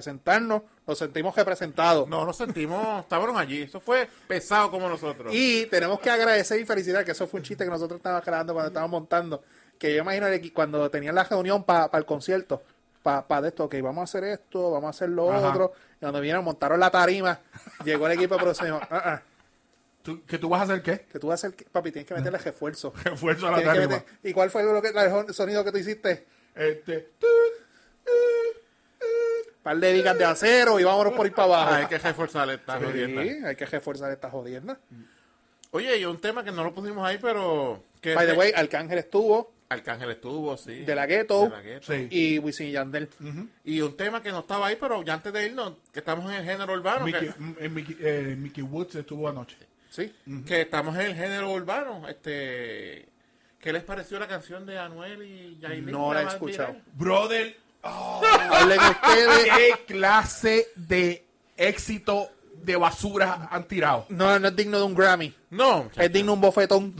representarnos, nos sentimos representados.
No, nos sentimos, estábamos allí, eso fue pesado como nosotros.
Y tenemos que agradecer y felicitar que eso fue un chiste que nosotros estábamos creando cuando estábamos montando. Que yo imagino que cuando tenían la reunión para el concierto, para de esto, ok, vamos a hacer esto, vamos a hacer lo
Ajá.
otro. Y cuando vinieron, montaron la tarima, llegó el equipo próximo. Ah, ah,
¿Tú- ¿Que tú vas a hacer qué?
que tú vas a hacer, que- papi, tienes que meterle refuerzo.
Refuerzo a la
Tienes que
tarima.
meter- ¿Y cuál fue lo que- el sonido que tú hiciste?
Este. tú,
Par de vigas de acero y vámonos por ir para abajo.
Ah, hay que reforzar esta jodienda.
Sí, hay que reforzar estas jodiendas.
Oye, y un tema que no lo pusimos ahí, pero que este
By the way, Arcángel estuvo
Arcángel estuvo, sí.
De la Ghetto.
De la Ghetto.
Sí.
y Wisin y Yandel.
Y un tema que no estaba ahí, pero ya antes de irnos, que estamos en el género urbano,
Mickey,
que,
eh, Mickey- eh, Mickey Woods estuvo anoche.
Sí.
que estamos en el género urbano, este ¿qué les pareció la canción de Anuel y Yailin?
No la he
más
escuchado.
viral?
Brother,
Hablen ustedes.
¿qué clase de éxito de basura han tirado?
No, no es digno de un Grammy.
No,
Es digno de un bofetón.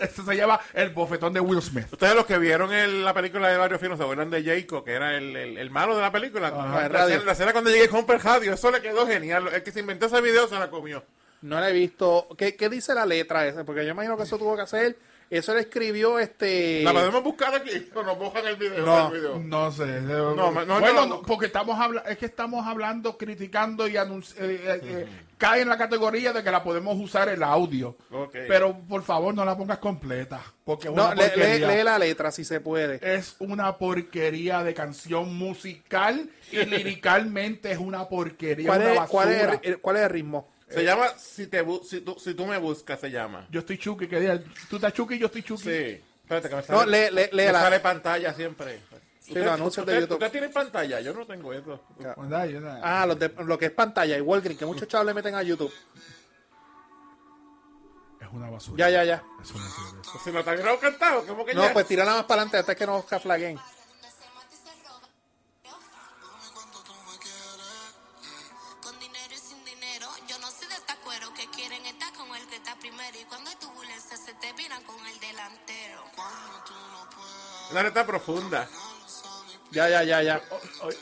Esto se llama el bofetón de Will Smith.
Ustedes los que vieron el- la película de Barrio Fino se acuerdan de Jacob, que era el, el- el malo de la película.
el
la,
radio.
escena- la escena cuando llegué con el radio, eso le quedó genial. El que se inventó ese video se la comió.
No la he visto. ¿Qué, qué dice la letra esa? Porque yo imagino que eso tuvo que hacer. Eso le escribió este.
La podemos buscar aquí o nos mojan el video.
No.
el video.
No sé. eh,
ma- no,
bueno,
no, no.
porque estamos hablando, es que estamos hablando, criticando y anunci- eh, eh, eh, cae en la categoría de que la podemos usar el audio.
Ok.
Pero por favor no la pongas completa, porque es
No,
una
le- le-
porquería.
lee la letra si se puede.
es una porquería de canción musical y liricalmente es una porquería,
¿Cuál
una
es,
basura.
cuál, es el, el- cuál es el ritmo?
Se llama si, te bu- si, tú, si tú me buscas, se llama.
Yo estoy chuki, que diga, tú estás chuki, yo estoy chuki.
Sí. Espérate, que me sale,
No, lee, lee,
me
léela.
sale pantalla siempre. Ustedes-
los anuncios de
ustedes-
YouTube.
Ustedes tienen pantalla, yo no tengo eso.
Anda, Pues, yo-
Ah, los de- lo que es pantalla y Walgreens, que muchos chavos le meten a YouTube.
Es una basura.
Ya, ya, ya.
Es una basura.
Si lo están grabando cantado, ¿cómo que
No,
ya?
pues tírala más para adelante hasta que nos caflaguen.
Dame cuánto tú me quieres.
Con dinero y sin dinero, yo no soy de esta cuero que quieren estar con el que está primero y cuando hay turbulencia se te viran con el delantero.
Cuando tú no puedas,
Una letra profunda.
Ya, ya, ya, ya.
O- oye,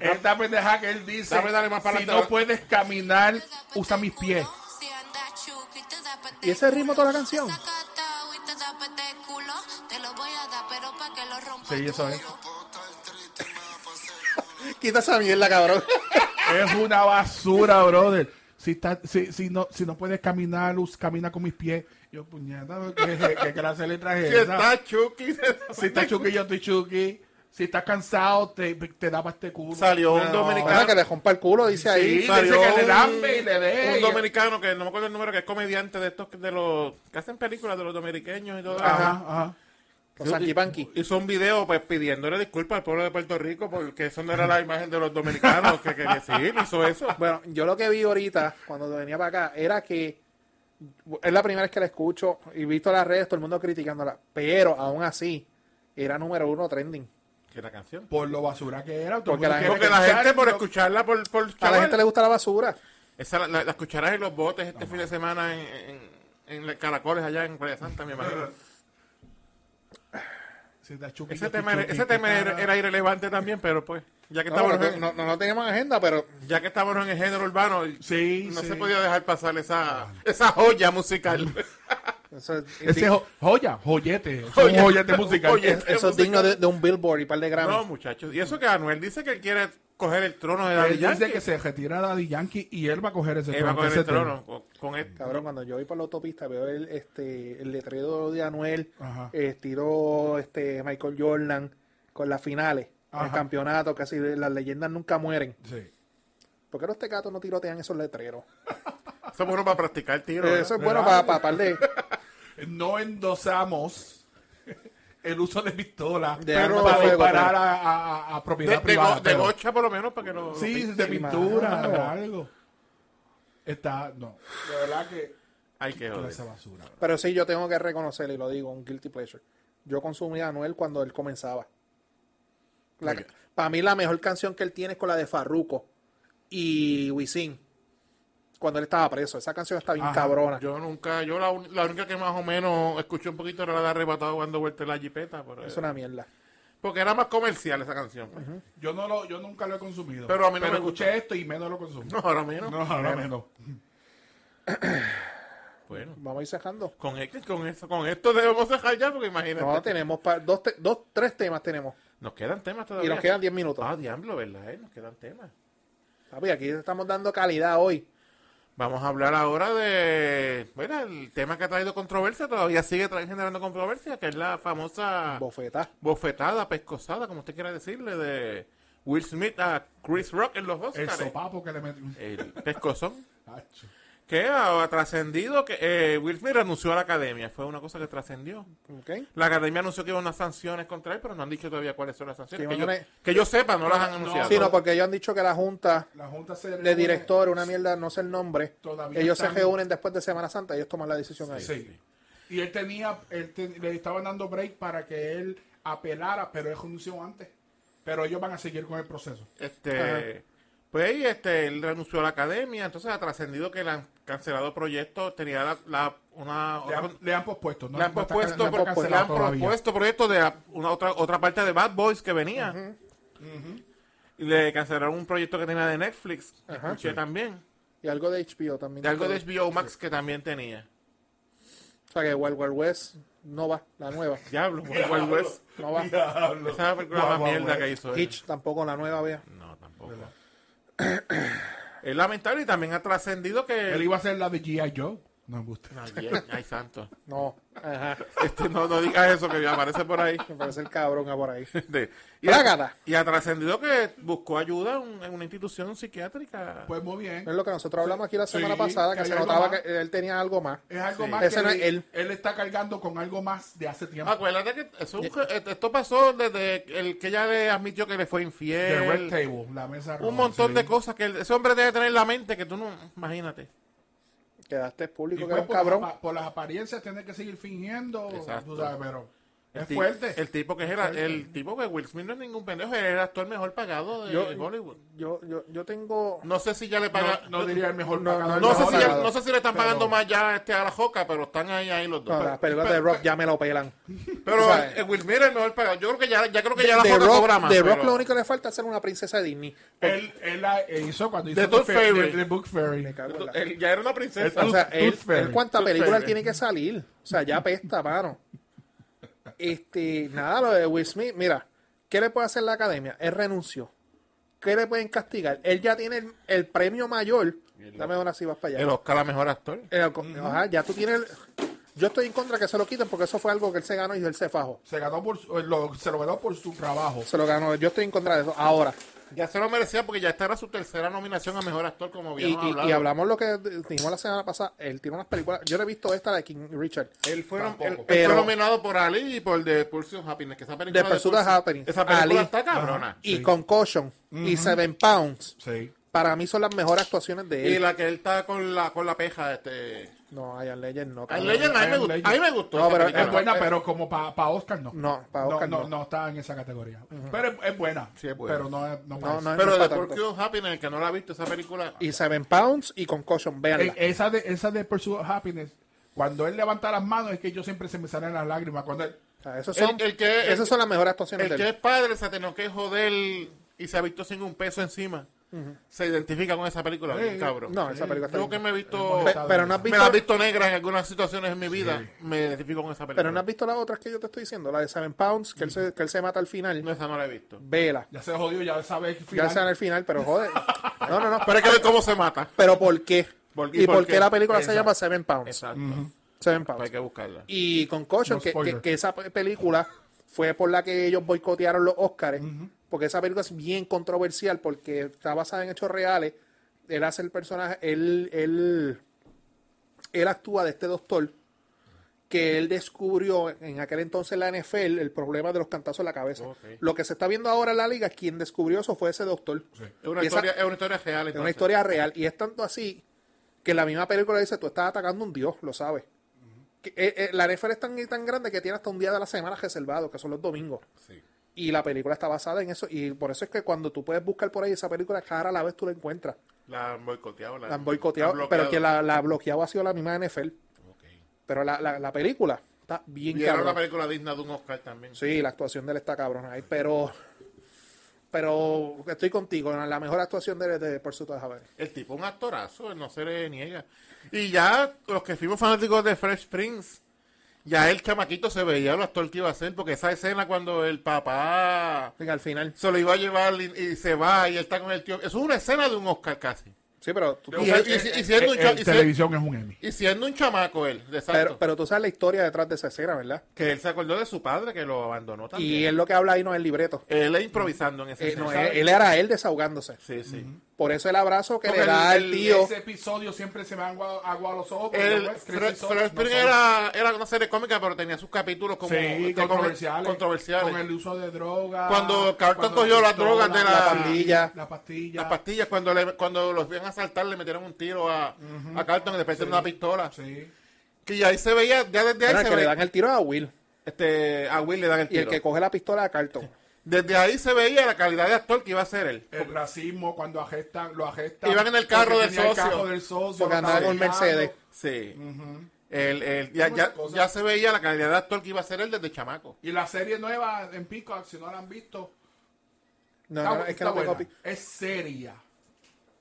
Esta pendeja que él dice,
Dame, dale más para
si
adelante.
no puedes caminar, usa mis pies.
Si andas chuki, te da pete
¿Y ese ritmo toda la
culo.
canción?
Desacatado y te da pete culo. Te lo voy a dar, pero pa' que lo rompas
Sí, eso es.
duro.
puedo estar triste y me va a pasar con
Quita esa mierda, cabrón.
Es una basura, brother. Si, está- si, si, no, si no puedes caminar, us- camina con mis pies. Yo, puñeta, ¿qué, qué clase de letra es
Si
esa?
está Chucky.
Si estás chuki, yo estoy chuki. Si estás cansado, te, te daba este culo.
Salió un dominicano.
Bueno, que le rompa el culo, dice ahí.
Sí,
salió
dice que le
un-
lambe y le dé.
un dominicano que no me acuerdo el número que es comediante de estos que- de los que hacen películas de los dominiqueños y todo
Ajá,
eso.
ajá.
Los Sanky Panky.
hizo un video pues pidiéndole disculpas al pueblo de Puerto Rico porque eso no era la imagen de los dominicanos que quería decir hizo eso
Bueno, yo lo que vi ahorita cuando venía para acá era que es la primera vez que la escucho y visto las redes, todo el mundo criticándola, pero aún así era número uno trending.
que la canción
Por lo basura que era.
Porque la
porque la gente por escucharla por, por
A
chaval,
la gente le gusta la basura.
esa, la, la- las cucharas y los botes este fin de semana en, en, en los Caracoles allá en Playa Santa mi hermano ese tema era- ese tema era, era irrelevante también pero pues ya que
No,
estábamos
no,
en-
no, no teníamos agenda, pero
ya que estábamos en el género urbano
Sí,
no
sí.
se podía dejar pasar
Ah.
esa esa joya musical
eso, es-
Eh, Ese jo- joya, joyete. Es
Joya.
un joyete musical.
Joyete.
eso es digno de, de un billboard y par de
No,
Grammy.
muchachos. Y eso que Anuel dice que él quiere coger el trono de Daddy
Él dice
Yankee.
que se retira Daddy Yankee y él va a coger ese
Él va a
trono,
coger
ese
el trono. Con, con el-
Cabrón, cuando yo voy por la autopista veo el, este, el letrero de Anuel,
Ajá.
eh, tiró este, Michael Jordan con las finales, el
Ajá.
campeonato, casi las leyendas nunca mueren.
Sí.
¿Por qué los tecatos no tirotean esos letreros?
Eso es bueno para practicar el tiro. ¿verdad?
Eso es bueno para
¿Verdad?
para par de...
No endosamos el uso de pistola
De
pero
arma
para
de fuego,
disparar
claro.
a, a- a- a
De,
propiedad
de
privada.
go- de
pero-
gocha por lo menos para que no...
sí, de
sí,
pintura,
mano.
de algo. Está, no, de verdad que
Hay que
toda
joder.
esa basura. bro.
Pero sí, yo tengo que reconocer, y lo digo, un guilty pleasure. Yo consumí a Anuel cuando él comenzaba.
Ok.
Para mí la mejor canción que él tiene es con la de Farruko y Wisin. Cuando él estaba preso. Esa canción está bien
Ajá,
cabrona.
Yo nunca, yo la, un- la única que más o menos escuché un poquito era la de arrebatado cuando vuelta en la jipeta. pero-
Es una mierda.
Porque era más comercial esa canción. pues.
Yo no lo, yo nunca lo he consumido.
Pero a mí no me
escuché
gusta.
esto y menos lo consumo.
No, ahora menos.
No, ahora menos.
Bueno,
Vamos a ir cerrando.
con, este- con, eso, con esto debemos dejar ya porque imagínate.
No, tenemos pa- dos, te- dos, tres temas tenemos.
Nos quedan temas
Y
todavía.
nos quedan 10 minutos.
Ah, diablo, ¿verdad? eh? Nos quedan temas.
Papi, aquí estamos dando calidad hoy.
Vamos a hablar ahora de. Bueno, el tema que ha traído controversia todavía sigue tra- generando controversia, que es la famosa
Bofetá.
bofetada, pescosada, como usted quiera decirle, de Will Smith a Chris Rock en los
El
Oscars.
sopapo que le metí.
El pescozón.
Hacho.
que ha, ha trascendido que eh, Will Smith renunció a la academia. Fue una cosa que trascendió.
¿Ok?
La academia anunció que iba a unas sanciones contra él, pero no han dicho todavía cuáles son las sanciones.
Sí,
que, yo,
bueno,
que yo sepa, no las han
Ah, no,
anunciado.
Sí, no, porque ellos han dicho que la junta
La junta se
de directores, una mierda, no sé el nombre.
Todavía
ellos
están-
se reúnen después de Semana Santa, ellos toman la decisión ahí.
Sí. Y él tenía, él te- le estaban dando break para que él apelara, pero él renunció antes. Pero ellos van a seguir con el proceso.
Este, Pues y este, él renunció a la academia, entonces ha trascendido que le han cancelado proyectos, tenía la, la- una...
Le han, le han pospuesto, ¿no?
le han
No está-
propuesto,
no
pro-
está
le han
cancelado todavía.
propuesto proyectos de a- una otra, otra parte de Bad Boys que venía. Y le cancelaron un proyecto que tenía de Netflix, que escuché también.
Y algo de HBO también.
De algo de HBO Max que también tenía.
O sea que Wild Wild West no va, la nueva.
Diablo, Wild West.
No va.
Diablo.
Esa película
Guau,
más
guau,
mierda
guau.
que hizo él.
Hitch tampoco la nueva, vea.
No, tampoco. es lamentable y también ha trascendido que...
Él iba a hacer la de G.I. Joe. No me gusta.
Ay, bien, ay, santo.
No. Ajá.
Este, no, no digas eso que aparece por ahí.
Me parece el cabrón que por ahí.
De- y, ha,
Plágata.
y ha trascendido que buscó ayuda un- en una institución psiquiátrica.
Pues muy bien.
Es lo que nosotros hablamos aquí la
Sí,
semana pasada, que
que
se
hay algo
notaba
más.
que él tenía algo más.
Es algo
Sí.
más
Ese
que
no es
él,
él.
él está cargando con algo más de hace tiempo.
Acuérdate que eso- eh, esto pasó desde el que ella le admitió que le fue
de Red
infiel.
Table, la mesa roja,
Un montón
sí.
de cosas que el- ese hombre debe tener en la mente que tú no... Imagínate.
Quedaste
Y
público que
pues
era un
por las
cabrón.
apa- por las apariencias tiene que seguir fingiendo.
Exacto.
tú sabes, pero es
ti-
fuerte.
El tipo que era, el tipo que Will Smith no es ningún pendejo, era el actor mejor pagado de
Yo-
Bollywood.
Yo, yo, yo tengo.
No sé si ya le
no,
pagan.
no diría el mejor
no,
pagado
no
de
sé
la
si ya-
hora.
no sé si le están
Pero-
pagando más ya este, a la joca, pero están ahí, ahí los dos.
No, las películas de Rock ya me lo pelan.
pero
tú sabes.
eh, Will Smith es el mejor pagado. Yo creo que ya, ya creo que ya la
De
joca
Rock,
cobra más.
de Rock
pero-
lo único que le falta es ser una princesa de Disney.
Él, él la eh, hizo cuando hizo
The Tooth
Fe-
Fairy.
The- The Book Fairy.
Me cago en la-
él ya era una princesa.
O sea,
Tooth-
él,
Tooth Fairy.
él cuánta
Eh, Tooth
película él
Fairy.
tiene que salir. O sea, ya apesta, mano. Este, nada, lo de Will Smith, mira, ¿qué le puede hacer la academia? Él renunció. ¿Qué le pueden castigar? Él ya tiene el, el premio mayor. Dame una si vas para allá.
el Oscar a mejor actor.
El- ajá, ya tú tienes. el- yo estoy en contra que se lo quiten porque eso fue algo que él se ganó y él se fajó.
Se, ganó por, su- eh, lo, se lo ganó por su trabajo.
Se lo ganó. Yo estoy en contra de eso. Ahora,
Ya se lo merecía porque ya esta era su tercera nominación a mejor actor, como
y,
habíamos
y-
hablado.
y hablamos lo que dijimos la semana pasada. Él tiene unas películas. Yo le he visto esta de King Richard.
Él fue, nom-
Tampoco.
él- él fue
Pero-
nominado por Ali y por The Pursuit of Happiness, que esa película
The Pursuit of
Pursuit-
Happiness.
Esa película
Ali.
está cabrona.
y Concussion y Seven Pounds
Sí.
para mí son las mejores actuaciones de
Y
él.
la que él está con la con la peja, este.
No, Iron Legend Ah, no.
Ay,
cabrón.
Legend, a mí
Ay,
me gustó.
Legend.
A mí me gustó.
No,
esa
pero
película.
Es buena, pero como para Oscar no.
No, pa' Oscar
no,
no.
está en esa categoría. Pero es, es buena.
Sí, es buena.
Pero no es. No
No, no es-
Pero
pa'
de
tanto.
Pursuit of Happiness, el que no la ha visto, esa película.
Y Seven Pounds y Concussion, véanla.
Eh, esa, de, esa de Pursuit of Happiness, cuando él levanta las manos, es que yo siempre se me salen las lágrimas. Cuando él,
O sea, esos son,
el- el que-
esas
el-
son las mejores actuaciones
el
de
que es
él.
padre se ha tenido que joder y se ha visto sin un peso encima. Se identifica con esa película, bien cabrón.
No, esa película está
Yo
bien.
que me he visto.
Pe- pero no has
Me
visto,
la he visto negra en algunas situaciones en mi vida. Me identifico con esa película.
pero no has visto las otras que yo te estoy diciendo, la de Seven Pounds, que él se, que él se mata al final.
No, esa no la he visto.
Vela.
ya se jodió, ya sabe el
Ya
final.
sea en el final, pero joder. No, no, no.
Pero hay que ver cómo se mata.
Pero ¿por qué?
¿Por- y
¿Y
por
por qué
qué?
la película se
Exacto.
llama Seven Pounds?
Exacto.
Seven
Hay
Pounds.
que buscarla.
y Concussion,
No
que,
spoiler.
que, que esa pe- película fue por la que ellos boicotearon los Oscars, porque esa película es bien controversial porque está basada en hechos reales. Él hace el personaje, él, él, él actúa de este doctor que él descubrió en aquel entonces en la NFL el problema de los cantazos en la cabeza.
Ok.
Lo que se está viendo ahora en la liga, quien descubrió eso fue ese doctor.
Es una,
Y esa-
historia, es una historia real.
es una
entonces.
historia real. Y es tanto así que en la misma película dice, tú estás atacando a un dios, lo sabes. Que, eh, eh, la NFL es tan, tan grande que tiene hasta un día de la semana reservado, que son los domingos.
Sí.
Y la película está basada en eso. Y por eso es que cuando tú puedes buscar por ahí esa película, cada la vez tú la encuentras.
La han boicoteado.
La han boicoteado, pero
bloqueado.
que la, la ha bloqueado ha sido la misma NFL.
Ok.
Pero la, la, la película está bien
Y era
cabrona.
una película digna de un Oscar también.
Sí, la actuación de él está cabrona ahí, pero... Pero estoy contigo, la mejor actuación de, de Por de Javier.
El tipo un actorazo, él no se le niega. Y ya los que fuimos fanáticos de Fresh Prince, ya el chamaquito se veía lo actor que iba a ser, porque esa escena cuando el papá
Venga, al final.
se lo iba a llevar y, y se va y él está con el tío. Eso es una escena de un Oscar casi.
Sí, pero tú,
Y,
tú sabes-
y- y- y siendo, un
Eh,
cha-
eh,
y, siendo,
televisión es un Emmy.
y siendo un chamaco él, de exacto.
pero, pero tú sabes la historia detrás de esa escena, ¿verdad?
que él se acordó de su padre que lo abandonó
Y
también.
él lo que habla ahí no es el libreto.
él es improvisando en ese
Eh, no,
escena.
él, él era él desahogándose.
Sí, sí.
Por eso el abrazo que
Porque
le da
el-
al
el-
tío.
Ese episodio siempre se me han agua, agua a los ojos. porque
El
no es Chris
Fre-
y Sol,
Fresh
no
Prince
son-
era, era una serie cómica, pero tenía sus capítulos como
Sí,
este, come-
controversiales,
controversiales.
Con el uso de drogas.
Cuando Carlton
cuando
cogió
la
las drogas de
pistola,
la-
pastilla.
La pastilla.
Las pastillas, cuando, le- cuando los veían asaltar, le metieron un tiro a, a Carlton y después le metieron una pistola.
Sí.
Que ahí se veía, ya desde ahí
Bueno, el
se
que le
veía.
dan el tiro es a Will.
Este, a Will le dan el
Y el
tiro.
que coge la pistola es a Carlton.
Desde ahí se veía la calidad de actor que iba a ser él.
El racismo, cuando agestan, lo agestan.
Iban en el carro
porque
del
tenía el
socio.
carro del socio,
Porque
lo
andaba
estaban
con Mercedes.
guiando.
Sí. El- el- ya, ya-
Cosa.
ya se veía la calidad de actor que iba a ser él desde chamaco.
Y la serie nueva en Peacock, si no la han visto,
No,
está-
no, es que
está
no tengo
buena.
pi-
Es seria.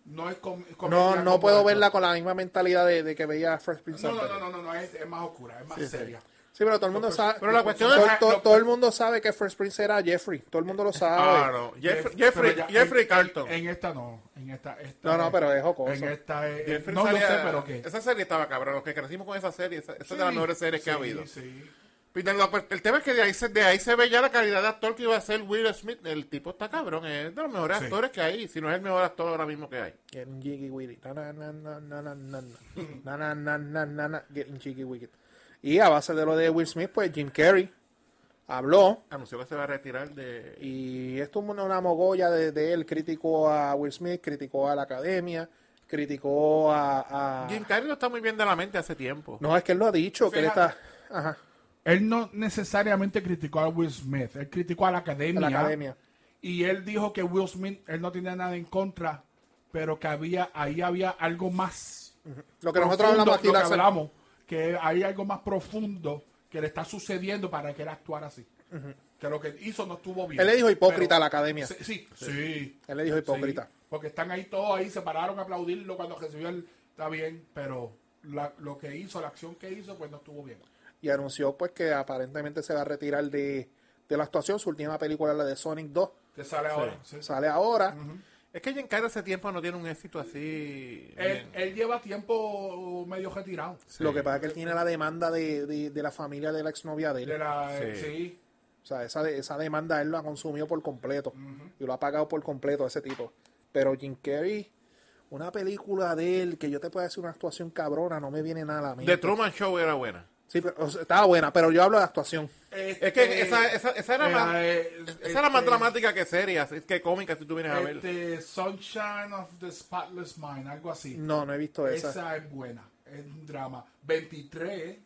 No es com-
No,
comedia
no
como
puedo
esto.
verla con la misma mentalidad de, de que veía a Fresh Prince.
No, no,
antes.
no, no, no, no, es, es más oscura, es más seria.
Sí, pero todo el mundo sabe.
pero la cuestión
todo,
es-
todo-
no-
todo el mundo sabe que Fresh Prince era Jeffrey. Todo el mundo lo
Ah,
sabe.
no. Jeff-
Jeff- pero
Jeffrey,
ya-
Jeffrey
en-
Carlton.
En esta no, en esta. esta
No, no,
es-
pero es jocoso.
En esta es.
Jeffrey
Eh, no,
salía-
no sé, pero qué.
Esa serie estaba cabrón. Los que crecimos con esa serie, esa, esa es de las
Sí,
mejores series que ha
sí,
habido.
sí.
Pero lo- pues, El tema es que de ahí, se, de ahí se ve ya la calidad de actor que iba a ser Will Smith. El tipo está cabrón, es de los mejores
Sí.
actores que hay, si no es el mejor actor ahora mismo que hay.
Getting jiggy with it. Na, na, na, na, na, na, na, na. Na, na, na, na, na, na. Getting jiggy with it. Y a base de lo de Will Smith, pues Jim Carrey habló
Anunció que se va a retirar de...
y esto es una, una mogolla de, de él. Criticó a Will Smith, criticó a la academia, criticó a... a-
Jim Carrey no está muy bien de la mente hace tiempo.
No, es que él lo ha dicho, que él
Fíjate.
está... Ajá,
Él no necesariamente criticó a Will Smith, él criticó a la academia.
en la academia.
Y él dijo que Will Smith, él no tenía nada en contra, pero que había ahí había algo más.
Lo que nosotros
profundo,
hablamos aquí
lo que
la semana-
hablamos, que hay algo más profundo que le está sucediendo para que él actuara así. Que lo que hizo no estuvo bien.
Él le dijo hipócrita
Pero-
a la academia.
Sí, sí, sí.
Él le dijo hipócrita.
Sí, porque están ahí todos ahí, se pararon a aplaudirlo cuando recibió el. Está bien, pero la- lo que hizo, la acción que hizo, pues no estuvo bien.
y anunció pues que aparentemente se va a retirar de, de la actuación. Su última película, la de Sonic 2,
Que sale ahora. sí.
sale ahora.
Es que Jim Carrey hace tiempo no tiene un éxito así...
Él,
bien.
él lleva tiempo medio retirado.
Lo que pasa es que él tiene la demanda de, de- de la familia de la exnovia de él.
De la,
Sí.
eh, sí.
O sea, esa, de- esa demanda él la consumió por completo. Y lo ha pagado por completo ese tipo. Pero Jim Carrey, una película de él que yo te pueda decir una actuación cabrona, no me viene nada a la mente.
The Truman Show era buena.
Sí, pero, o sea, estaba buena, pero yo hablo de actuación.
Es que esa, esa, esa era,
eh,
más,
Este, eh,
esa era más
este-
dramática que seria, así que cómica si tú vienes a ver.
Este, Sunshine of the Spotless Mind, algo así.
No, no he visto esa.
esa. es buena, es un drama. 23,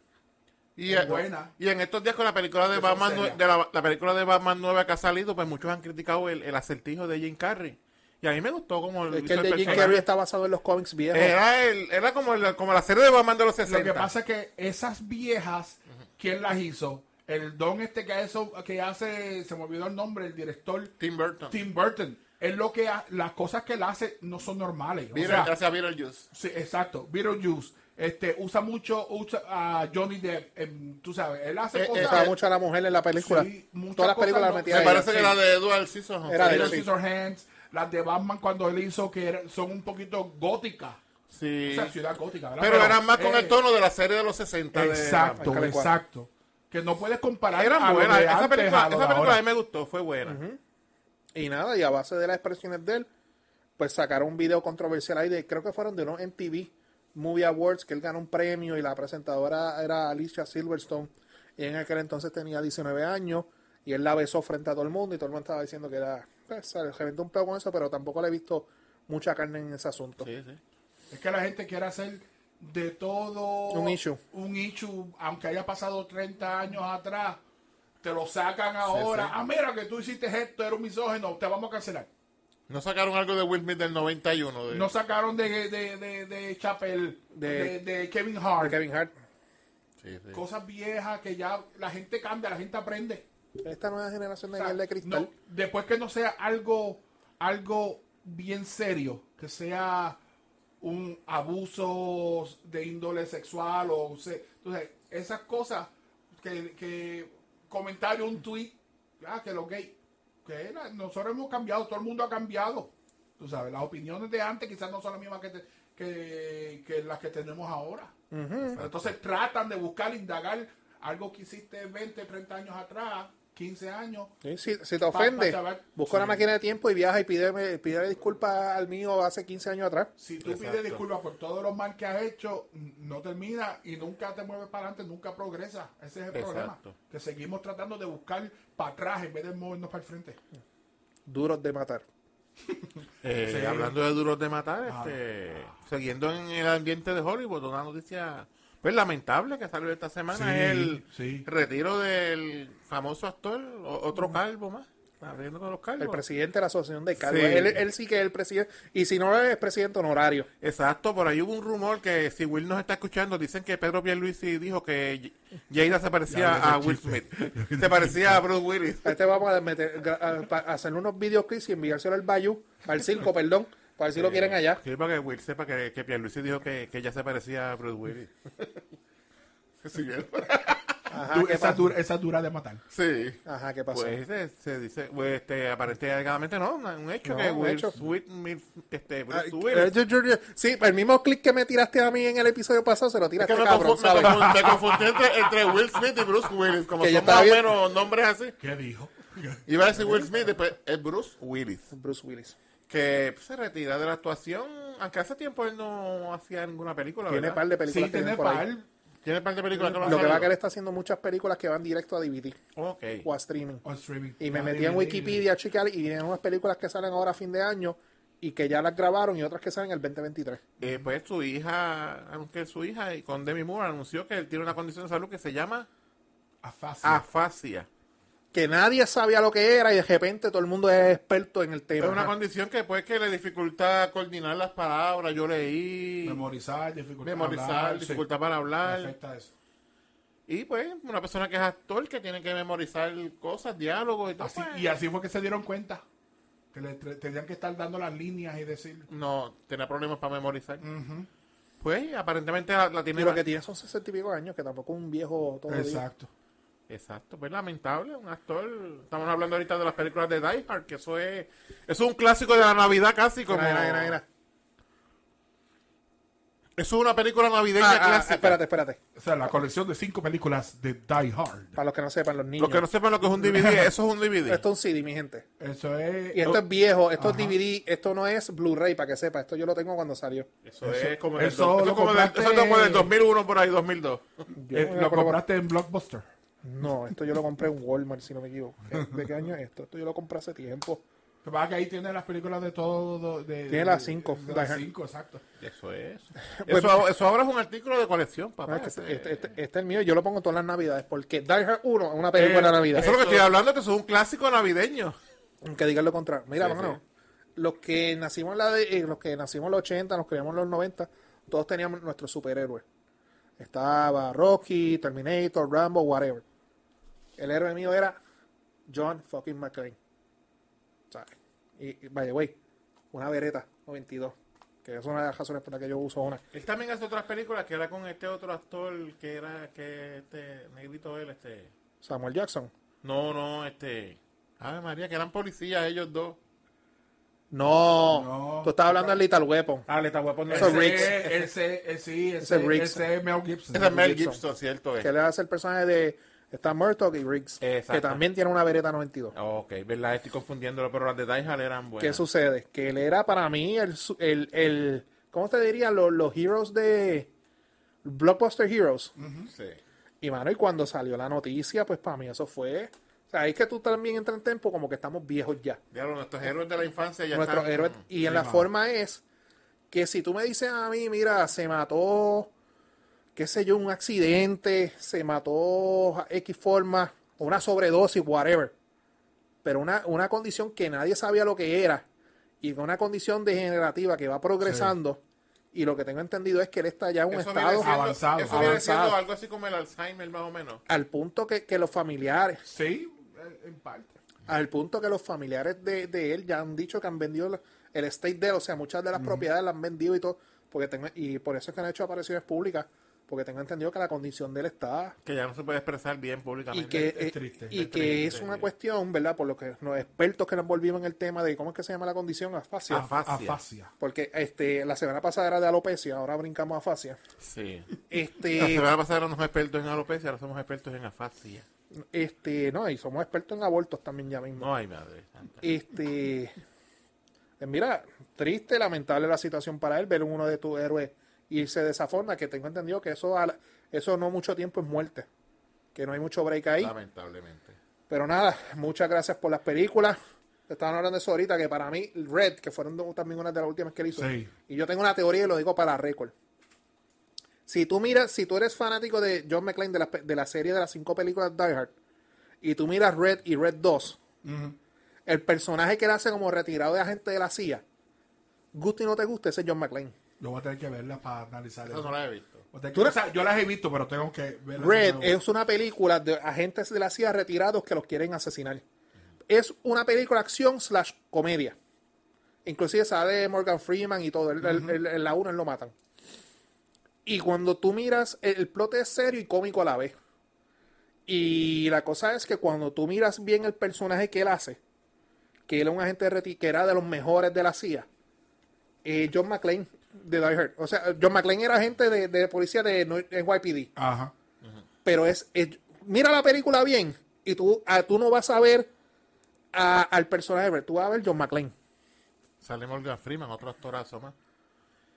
Y, eh,
Es buena.
y en estos días con la película de
Es
Batman
seria.
nue- de la, la película de Batman nueva que ha salido, pues muchos han criticado el, el acertijo de Jim Carrey. Y a mí me gustó como
Es que
hizo
el de Jim
personaje.
Carrey está basado en los cómics viejos.
era el- era como la, como la serie de Batman de los 60.
lo que pasa es que esas viejas, ¿quién las hizo? El don este que, eso, que hace, se me olvidó el nombre, el director
Tim Burton.
Tim Burton. Es lo que ha- las cosas que él hace no son normales. O
Beetle-
sea,
gracias a Beetlejuice.
Sí, exacto. Beetlejuice. Este, usa mucho usa a Johnny Depp. em, tú sabes, él hace
Eh,
cosas.
Estaba mucho a la mujer en la película.
Sí, muchas
Todas las
cosas
películas
no-
las metía
Me
ella.
parece que
Sí.
la de Dual Season.
Era de
Little
sí.
Scissorhands, las de Batman cuando él hizo que er- son un poquito góticas.
Sí.
O sea, ciudad gótica, ¿verdad?
Pero eran más con
eh,
el tono de la serie de los 60. de
Exacto,
Batman.
exacto. Que no puedes comparar.
Batman. Eran
a lo
buenas.
de
Esa
antes
película,
a lo
esa
de
película a
ahora.
mí me gustó, fue buena.
Y nada, y a base de las expresiones de él, pues sacaron un video controversial ahí de, creo que fueron de unos MTV Movie Awards, que él ganó un premio y la presentadora era Alicia Silverstone. Y en aquel entonces tenía 19 años y él la besó frente a todo el mundo y todo el mundo estaba diciendo que era. Pues, se reventó un pedo con eso, pero tampoco le he visto mucha carne en ese asunto.
Sí, sí.
Es que la gente quiere hacer de todo.
Un issue.
Un issue, aunque haya pasado 30 años atrás, te lo sacan ahora. Ah, mira que tú hiciste esto, era un misógeno, te vamos a cancelar.
No sacaron algo de Will Smith del 91. De...
No sacaron de, de, de, de Chappelle,
De-
de, de Kevin Hart.
Ah, Kevin Hart.
Sí, sí.
Cosas viejas que ya la gente cambia, la gente aprende.
Esta nueva generación de
O sea,
mierda de cristal.
no, después que no sea algo, algo bien serio, que sea un abuso de índole sexual o se- entonces esas cosas que, que comentario un tweet ah, que lo gay que era, nosotros hemos cambiado todo el mundo ha cambiado tú sabes las opiniones de antes quizás no son las mismas que, te- que, que las que tenemos ahora entonces tratan de buscar indagar algo que hiciste 20 30 años atrás 15 años
Sí, Si, si te ofende,
pa- pa- pa-
busca una máquina de tiempo y viaja y pídeme, pídele disculpas al mío hace 15 años atrás.
Si tú pides
Exacto.
disculpas por todo lo mal que has hecho, n- no termina y nunca te mueves para adelante, nunca progresas. Ese es el problema.
Exacto.
Que seguimos tratando de buscar para atrás en vez de movernos para el frente.
Duros de matar.
Eh,
Sí.
Hablando de duros de matar, este, siguiendo en el ambiente de Hollywood, una noticia pues, lamentable que salió esta semana
Sí,
es el
sí.
retiro del famoso actor, o- otro
Mm.
calvo más, abriendo con los
El
calvos.
presidente de la asociación de Calvo.
Sí.
Él, él sí que es el presidente. Y si no es presidente honorario.
Exacto, por ahí hubo un rumor que si Will nos está escuchando, dicen que Pedro Pierluisi dijo que Ye- Yeida se parecía
Ya,
a Will Smith, se parecía a Bruce Willis.
A este vamos a, meter, gra- a- pa- a hacer unos videoclips y enviárselo al Bayou, al circo, perdón, para ver si lo quieren allá.
Sí, para que Will sepa que, que Pierluisi dijo que, que ya se parecía a Bruce Willis. ¿Sí vieron?
Ajá,
Du-
¿qué
esa,
pasó?
dura, esa es dura de matar.
Sí.
Ajá, ¿qué pasó?
Pues se, se dice, pues, este, aparentemente no, no, un hecho
No,
que
un
Will
hecho.
Smith, Smith, este, Bruce
Ay, eh,
Willis.
yo- yo- yo- sí, el mismo clic que me tiraste a mí en el episodio pasado se lo
Es
tiraste
que me,
este cabrón,
confund- me
¿sabes?
confund- me confundí entre, entre Will Smith y Bruce Willis, como
Que yo
son más o
estaba bien-
menos nombres así.
¿Qué dijo?
Iba a decir Will Smith, después es Bruce Willis,
Bruce Willis.
que pues, se retira de la actuación, aunque hace tiempo él no hacía ninguna película,
Tiene
¿verdad?
par de películas
Sí,
que vienen
tiene
por ahí.
par.
Tiene par de películas que no
Lo que va
ha
a que él está haciendo muchas películas que van directo a DVD
salido. Ok.
o a streaming.
o streaming.
Y me
Ah,
metí en
DVD.
Wikipedia a checar y vienen unas películas que salen ahora a fin de año y que ya las grabaron y otras que salen el 2023.
Eh, pues su hija, aunque su hija y con Demi Moore anunció que él tiene una condición de salud que se llama
Ah.
Ah, Afasia.
afasia.
Que nadie sabía lo que era y de repente todo el mundo es experto en el tema.
Es una
Ajá.
condición que pues que le dificulta coordinar las palabras, yo leí,
Memorizar, dificultad.
memorizar,
hablar, sí.
dificultad para
Me
hablar.
afecta eso.
Y pues una persona que es actor que tiene que memorizar cosas, diálogos y todo.
Así-
pues,
y así fue que se dieron cuenta. Que le tre- tenían que estar dando las líneas y decir.
No, tenía problemas para memorizar. Pues aparentemente la, la tiene...
Y lo que tiene son 60 y pico años, que tampoco es un viejo todo
Exacto.
Exacto, pues lamentable, un actor... Estamos hablando ahorita de las películas de Die Hard, que eso es... Eso es un clásico de la Navidad casi como... Eso es una película navideña clásica.
Ah, espérate, espérate.
O sea, la colección de cinco películas de Die Hard.
Para los que no sepan, los niños.
Los que no sepan lo que es un DVD, eso es un DVD.
Esto es un CD, mi gente.
Eso es. oh,
Y esto es viejo, esto es DVD, esto no es Blu-ray, para que sepa. Esto yo lo tengo cuando salió.
Eso es como
eso
del dos- eso
lo
es como del-
compraste-
eso es como del 2001 por ahí, 2002.
Yo
Eh,
no me
lo
acuerdo-
compraste en Blockbuster.
No, esto yo lo compré en Walmart, si no me equivoco. ¿Qué- ¿De qué año es esto? Esto yo lo compré hace tiempo.
Lo que pasa es que ahí tiene las películas de todo. De,
Tiene las cinco,
de
Die
las
Hard.
cinco, exacto.
Eso es.
Pues-
Eso, eso ahora es un artículo de colección, papá.
Ah, que
Ese-
este, este- este- este es el mío, yo lo pongo todas las navidades, porque Die Hard 1 este es una película de la Navidad.
Eh, eso es lo que estoy hablando, que eso es un clásico navideño.
Aunque digan lo contrario. Mira,
Sí,
mano,
sí.
los que nacimos en la de- eh, los que nacimos en los 80, nos criamos en los 90, todos teníamos nuestros superhéroes. Estaba Rocky, Terminator, Rambo, whatever. El héroe mío era John fucking McClane. ¿Sabes? Y, y, by the way, una vereta 92, que es una de las razones por las que yo uso una.
Él también hace otras películas que era con este otro actor que era que este negrito él, este.
Samuel Jackson.
No, no, este. Ave María, que eran policías ellos dos.
No,
No.
tú estás hablando del Little Weapon.
Ah, le está guapo.
Eso es
Ese
Riggs.
Ese, ese, eh, sí, ese,
es Riggs.
ese es Mel Gibson.
es Mel
Gibson.
Gibson, cierto eh. es.
que le hace el personaje de Stan Murdoch y Riggs,
Exacto.
que también tiene una vereta 92.
Ok, verdad, estoy confundiéndolo, pero las de Die Hard eran buenas.
¿Qué sucede? Que él era para mí el, su- el, el ¿Cómo te dirían los, los heroes de Blockbuster Heroes?
Sí.
Y mano, y cuando salió la noticia, pues para mí eso fue. O sea, es que tú también entras en tempo como que estamos viejos ya.
Diablo, nuestros héroes de la infancia ya
Nuestros
están.
héroes. Y en la forma es que si tú me dices a mí, mira, se mató, qué sé yo, un accidente, se mató a X forma, una sobredosis, whatever. Pero una, una condición que nadie sabía lo que era y una condición degenerativa que va progresando. Y lo que tengo entendido es que él está ya en un
Eso viene
estado
siendo-
avanzado.
Eso viene siendo
Avanzado.
algo así como el Alzheimer, más o menos.
al punto que, que los familiares
Sí, eh, en parte.
al punto que los familiares de, de él ya han dicho que han vendido la- el estate de él, o sea, muchas de las propiedades las han vendido y todo, porque tengo, y por eso es que han hecho apariciones públicas, porque tengo entendido que la condición de él está
Que ya no se puede expresar bien
y
públicamente.
que,
es
eh,
triste,
y
es
que
triste,
es una
sí.
cuestión, ¿verdad? Por lo que los expertos que nos volvimos en el tema de cómo es que se llama la condición, afasia.
Ah.
Afasia.
Afasia.
porque este la semana pasada era de alopecia, ahora brincamos a afasia.
Sí. La
Este,
semana pasada éramos expertos en alopecia, ahora somos expertos en afasia.
este, no, y somos expertos en abortos también ya mismo.
No hay madre. santa.
Este. eh, Mira, triste, lamentable la situación para él, ver uno de tus héroes irse de esa forma, que tengo entendido que eso, a la- eso no mucho tiempo es muerte, que no hay mucho break ahí.
Lamentablemente.
Pero nada, muchas gracias por las películas. Estaban hablando de eso ahorita, que para mí, Red, que fueron do- también una de las últimas que él hizo.
Sí.
Y yo tengo una teoría y lo digo para récord. Si tú miras, si tú eres fanático de John McClane de la, pe- de la serie de las cinco películas Die Hard, y tú miras Red y Red 2, el personaje que él hace como retirado de agente de la CIA, guste y no te guste, ese es John McClane.
Yo voy a tener que verla para analizar
Eso
eso.
no la he visto.
Voy a tener que- o sea, yo las he visto, pero tengo que verlas. de
Red
nuevo.
es una película de agentes de la CIA retirados que los quieren asesinar. Es una película acción slash comedia. Inclusive sale Morgan Freeman y todo. El, el- el- el- la una lo matan. Y cuando tú miras, el, el plot es serio y cómico a la vez. Y la cosa es que cuando tú miras bien el personaje que él hace, que él es un agente reti- que era de los mejores de la CIA, eh, John McClane de Die Hard. O sea, John McClane era agente de, de policía de NYPD
Ajá.
pero es, es- mira la película bien y tú, ah, tú no vas a ver a- al personaje, pero tú vas a ver John McClane.
Sale Morgan Freeman, otro actorazo más.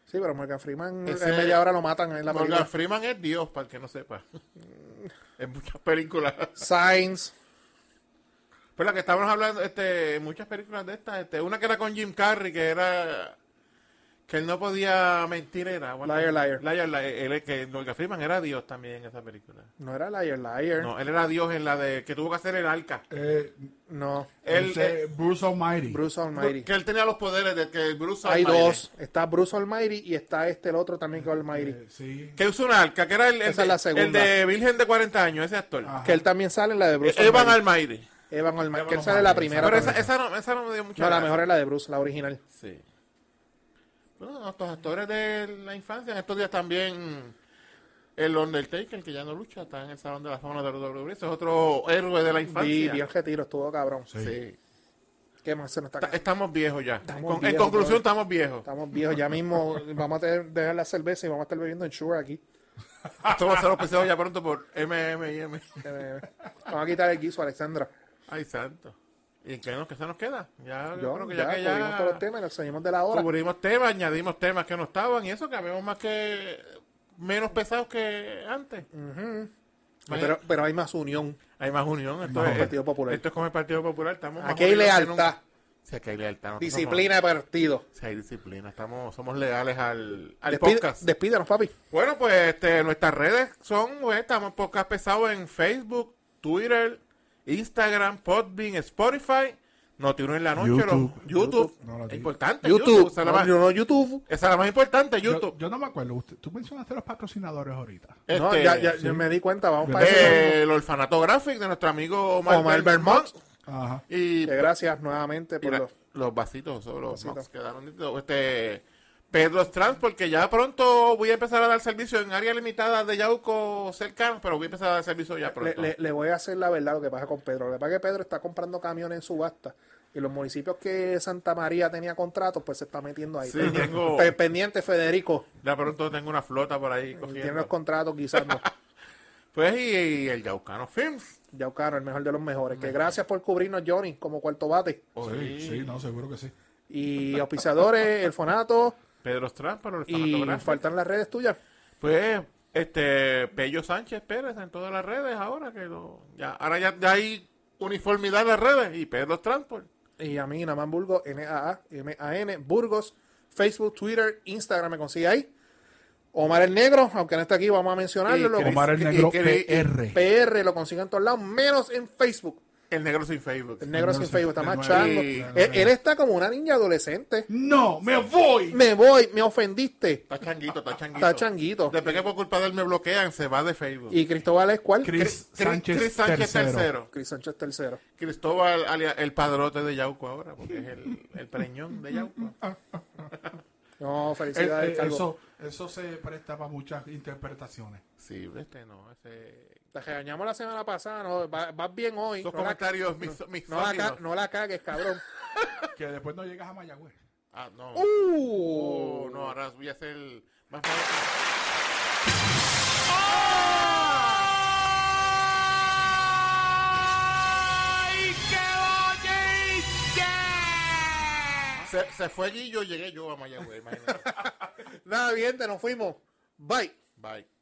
Sí, pero Morgan Freeman
Ese-
en media hora lo matan en la
Morgan
película.
Freeman es Dios, para el que no sepa. en muchas películas.
Signs.
Pero Pues la que estábamos hablando, este, en muchas películas de estas, este, una que era con Jim Carrey, que era que él no podía mentir, era
Liar, liar.
liar, liar. Él es que Morgan Freeman era Dios también en esa película.
No era Liar Liar. No.
No, él era Dios en la de que tuvo que hacer el arca.
Eh,
Él,
dice Bruce Almighty.
Bruce Almighty.
que él tenía los poderes de que Bruce
Hay
Almighty.
dos. Está Bruce Almighty y está este el otro también que es Almighty.
Eh, sí.
Que usó un arca, que era el, el
Esa es
de-
la segunda.
el de Virgen de 40 años, ese actor. Eh,
Ajá.
Que él también sale en la de Bruce
Evan
Almighty.
Almighty.
Evan Almighty.
Evan
que él sale en la
Almighty,
primera.
Pero esa,
también.
esa no, esa no me dio mucha
no, la
gracia.
mejor es la de Bruce, la original.
Sí. Bueno, nuestros actores de la infancia, en estos días también el Undertaker, que ya no lucha, está en el Salón de la Fama de la WWE, ese es otro héroe de la
Vi,
infancia.
bien retiro, estuvo cabrón.
Sí.
¿Qué más se nos está
Ta- Estamos viejos ya.
Estamos
Con- en
viejos,
conclusión,
brother.
estamos viejos.
Estamos viejos, ya mismo vamos a tener- dejar la cerveza y vamos a estar bebiendo en Sugar aquí.
Ah, Esto va a ser auspiciado ya pronto por MMM.
Eh, vamos a quitar el guiso, Alexandra.
Ay, santo. ¿Y qué, nos, qué se nos queda? Ya, yo,
Yo,
creo que
ya,
ya, que
cubrimos todos los
ya
temas, nos seguimos de la hora.
cubrimos temas, añadimos temas que no estaban y eso que habíamos más que menos pesados que antes.
Ah, Pero, pero hay más unión.
Hay más unión. Esto,
Con
es,
el Partido Popular.
esto es con el Partido Popular. Estamos más
Aquí hay
unidos que
lealtad,
nunca. Sí, aquí hay lealtad. Nosotros
disciplina de partido.
somos- sí, hay disciplina. Estamos, somos leales al, al
Despide-
podcast.
despídenos, papi.
Bueno, pues este, nuestras redes son, pues, estamos podcast pesado en Facebook, Twitter, Instagram, Podbean, Spotify, Notiuno en la noche,
YouTube.
los- YouTube.
No, la-
importante, YouTube.
YouTube,
Esa, es la
no,
más,
no, YouTube.
esa es la más importante, YouTube.
Yo, yo no me acuerdo. Usted- tú mencionaste los patrocinadores ahorita.
No,
Este,
ya, ya, ya me di cuenta, vamos para
eh,
eso.
el orfanato graphic de nuestro amigo Omar,
Omar Belmont.
Ajá.
Y
Que gracias nuevamente
Y
por
la-
los...
los vasitos, solo los
vasitos.
mugs quedaron nítidos. Este, Pedro's Trans, porque ya pronto voy a empezar a dar servicio en áreas limitadas de Yauco cercanos, pero voy a empezar a dar servicio ya
Le,
pronto.
le- le voy a hacer la verdad lo que pasa con Pedro. Lo que pasa es que Pedro está comprando camiones en subasta. Y los municipios que Santa María tenía contratos, pues se está metiendo ahí.
Sí,
Pendiente-
tengo-
pe- pendiente, Federico.
Ya pronto tengo una flota por ahí
Tiene los
cogiendo.
contratos, quizás no.
Pues y, y el Yaucano Films.
Yaucano, el mejor de los mejores. Que gracias por cubrirnos, Johnny, como cuarto bate.
Sí, sí, no, seguro que sí.
Y auspiciadores, el Fonato,
Pedro Strámparo, el
Y
fanatógrafo.
faltan las redes tuyas.
Pues, este, Pello Sánchez Pérez en todas las redes ahora que lo, ya, ahora ya, ya hay uniformidad en las redes y Pedro Transport.
Y a mí, Namán Burgos, N-A-A-M-A-N, Burgos, Facebook, Twitter, Instagram, me consigue ahí. Omar el Negro, aunque no está aquí, vamos a mencionarlo.
Y
lo-
Chris-
Omar el
y- y-
Negro
y- y-
PR.
PR lo consiguen en todos lados, menos en Facebook.
El negro sin Facebook.
El negro
No
sin
sé,
Facebook está
de
más
nuevo.
chango.
Sí.
Él, él está como una niña adolescente.
No, me voy.
Me voy, me ofendiste.
Está changuito, está changuito.
Ah, Está changuito.
Después que por culpa de él me bloquean, se va de Facebook.
Y Cristóbal es cuál?
Chris,
Cri-
Sánchez,
Chris Sánchez
tercero.
tercero.
Cris Sánchez tercero.
Cristóbal, alia- el padrote de Yauco ahora, porque es el, el preñón de Yauco.
Ah. No,
El-
felicidades.
el-
Calvo.
Eh, eso, eso se presta para muchas interpretaciones.
Sí, este no, ese...
Te regañamos la semana pasada, no, va- vas bien hoy.
Esos
No la, ca-
comentarios mis, mis
no la ca- no la cagues, cabrón.
Que después no llegas a Mayagüez.
Ah, no.
Uh,
Oh, no, ahora voy a hacer más malo. Se, se fue Guillo, llegué yo a Mayagüez, imagínate.
Nada, bien, te nos fuimos. Bye.
Bye.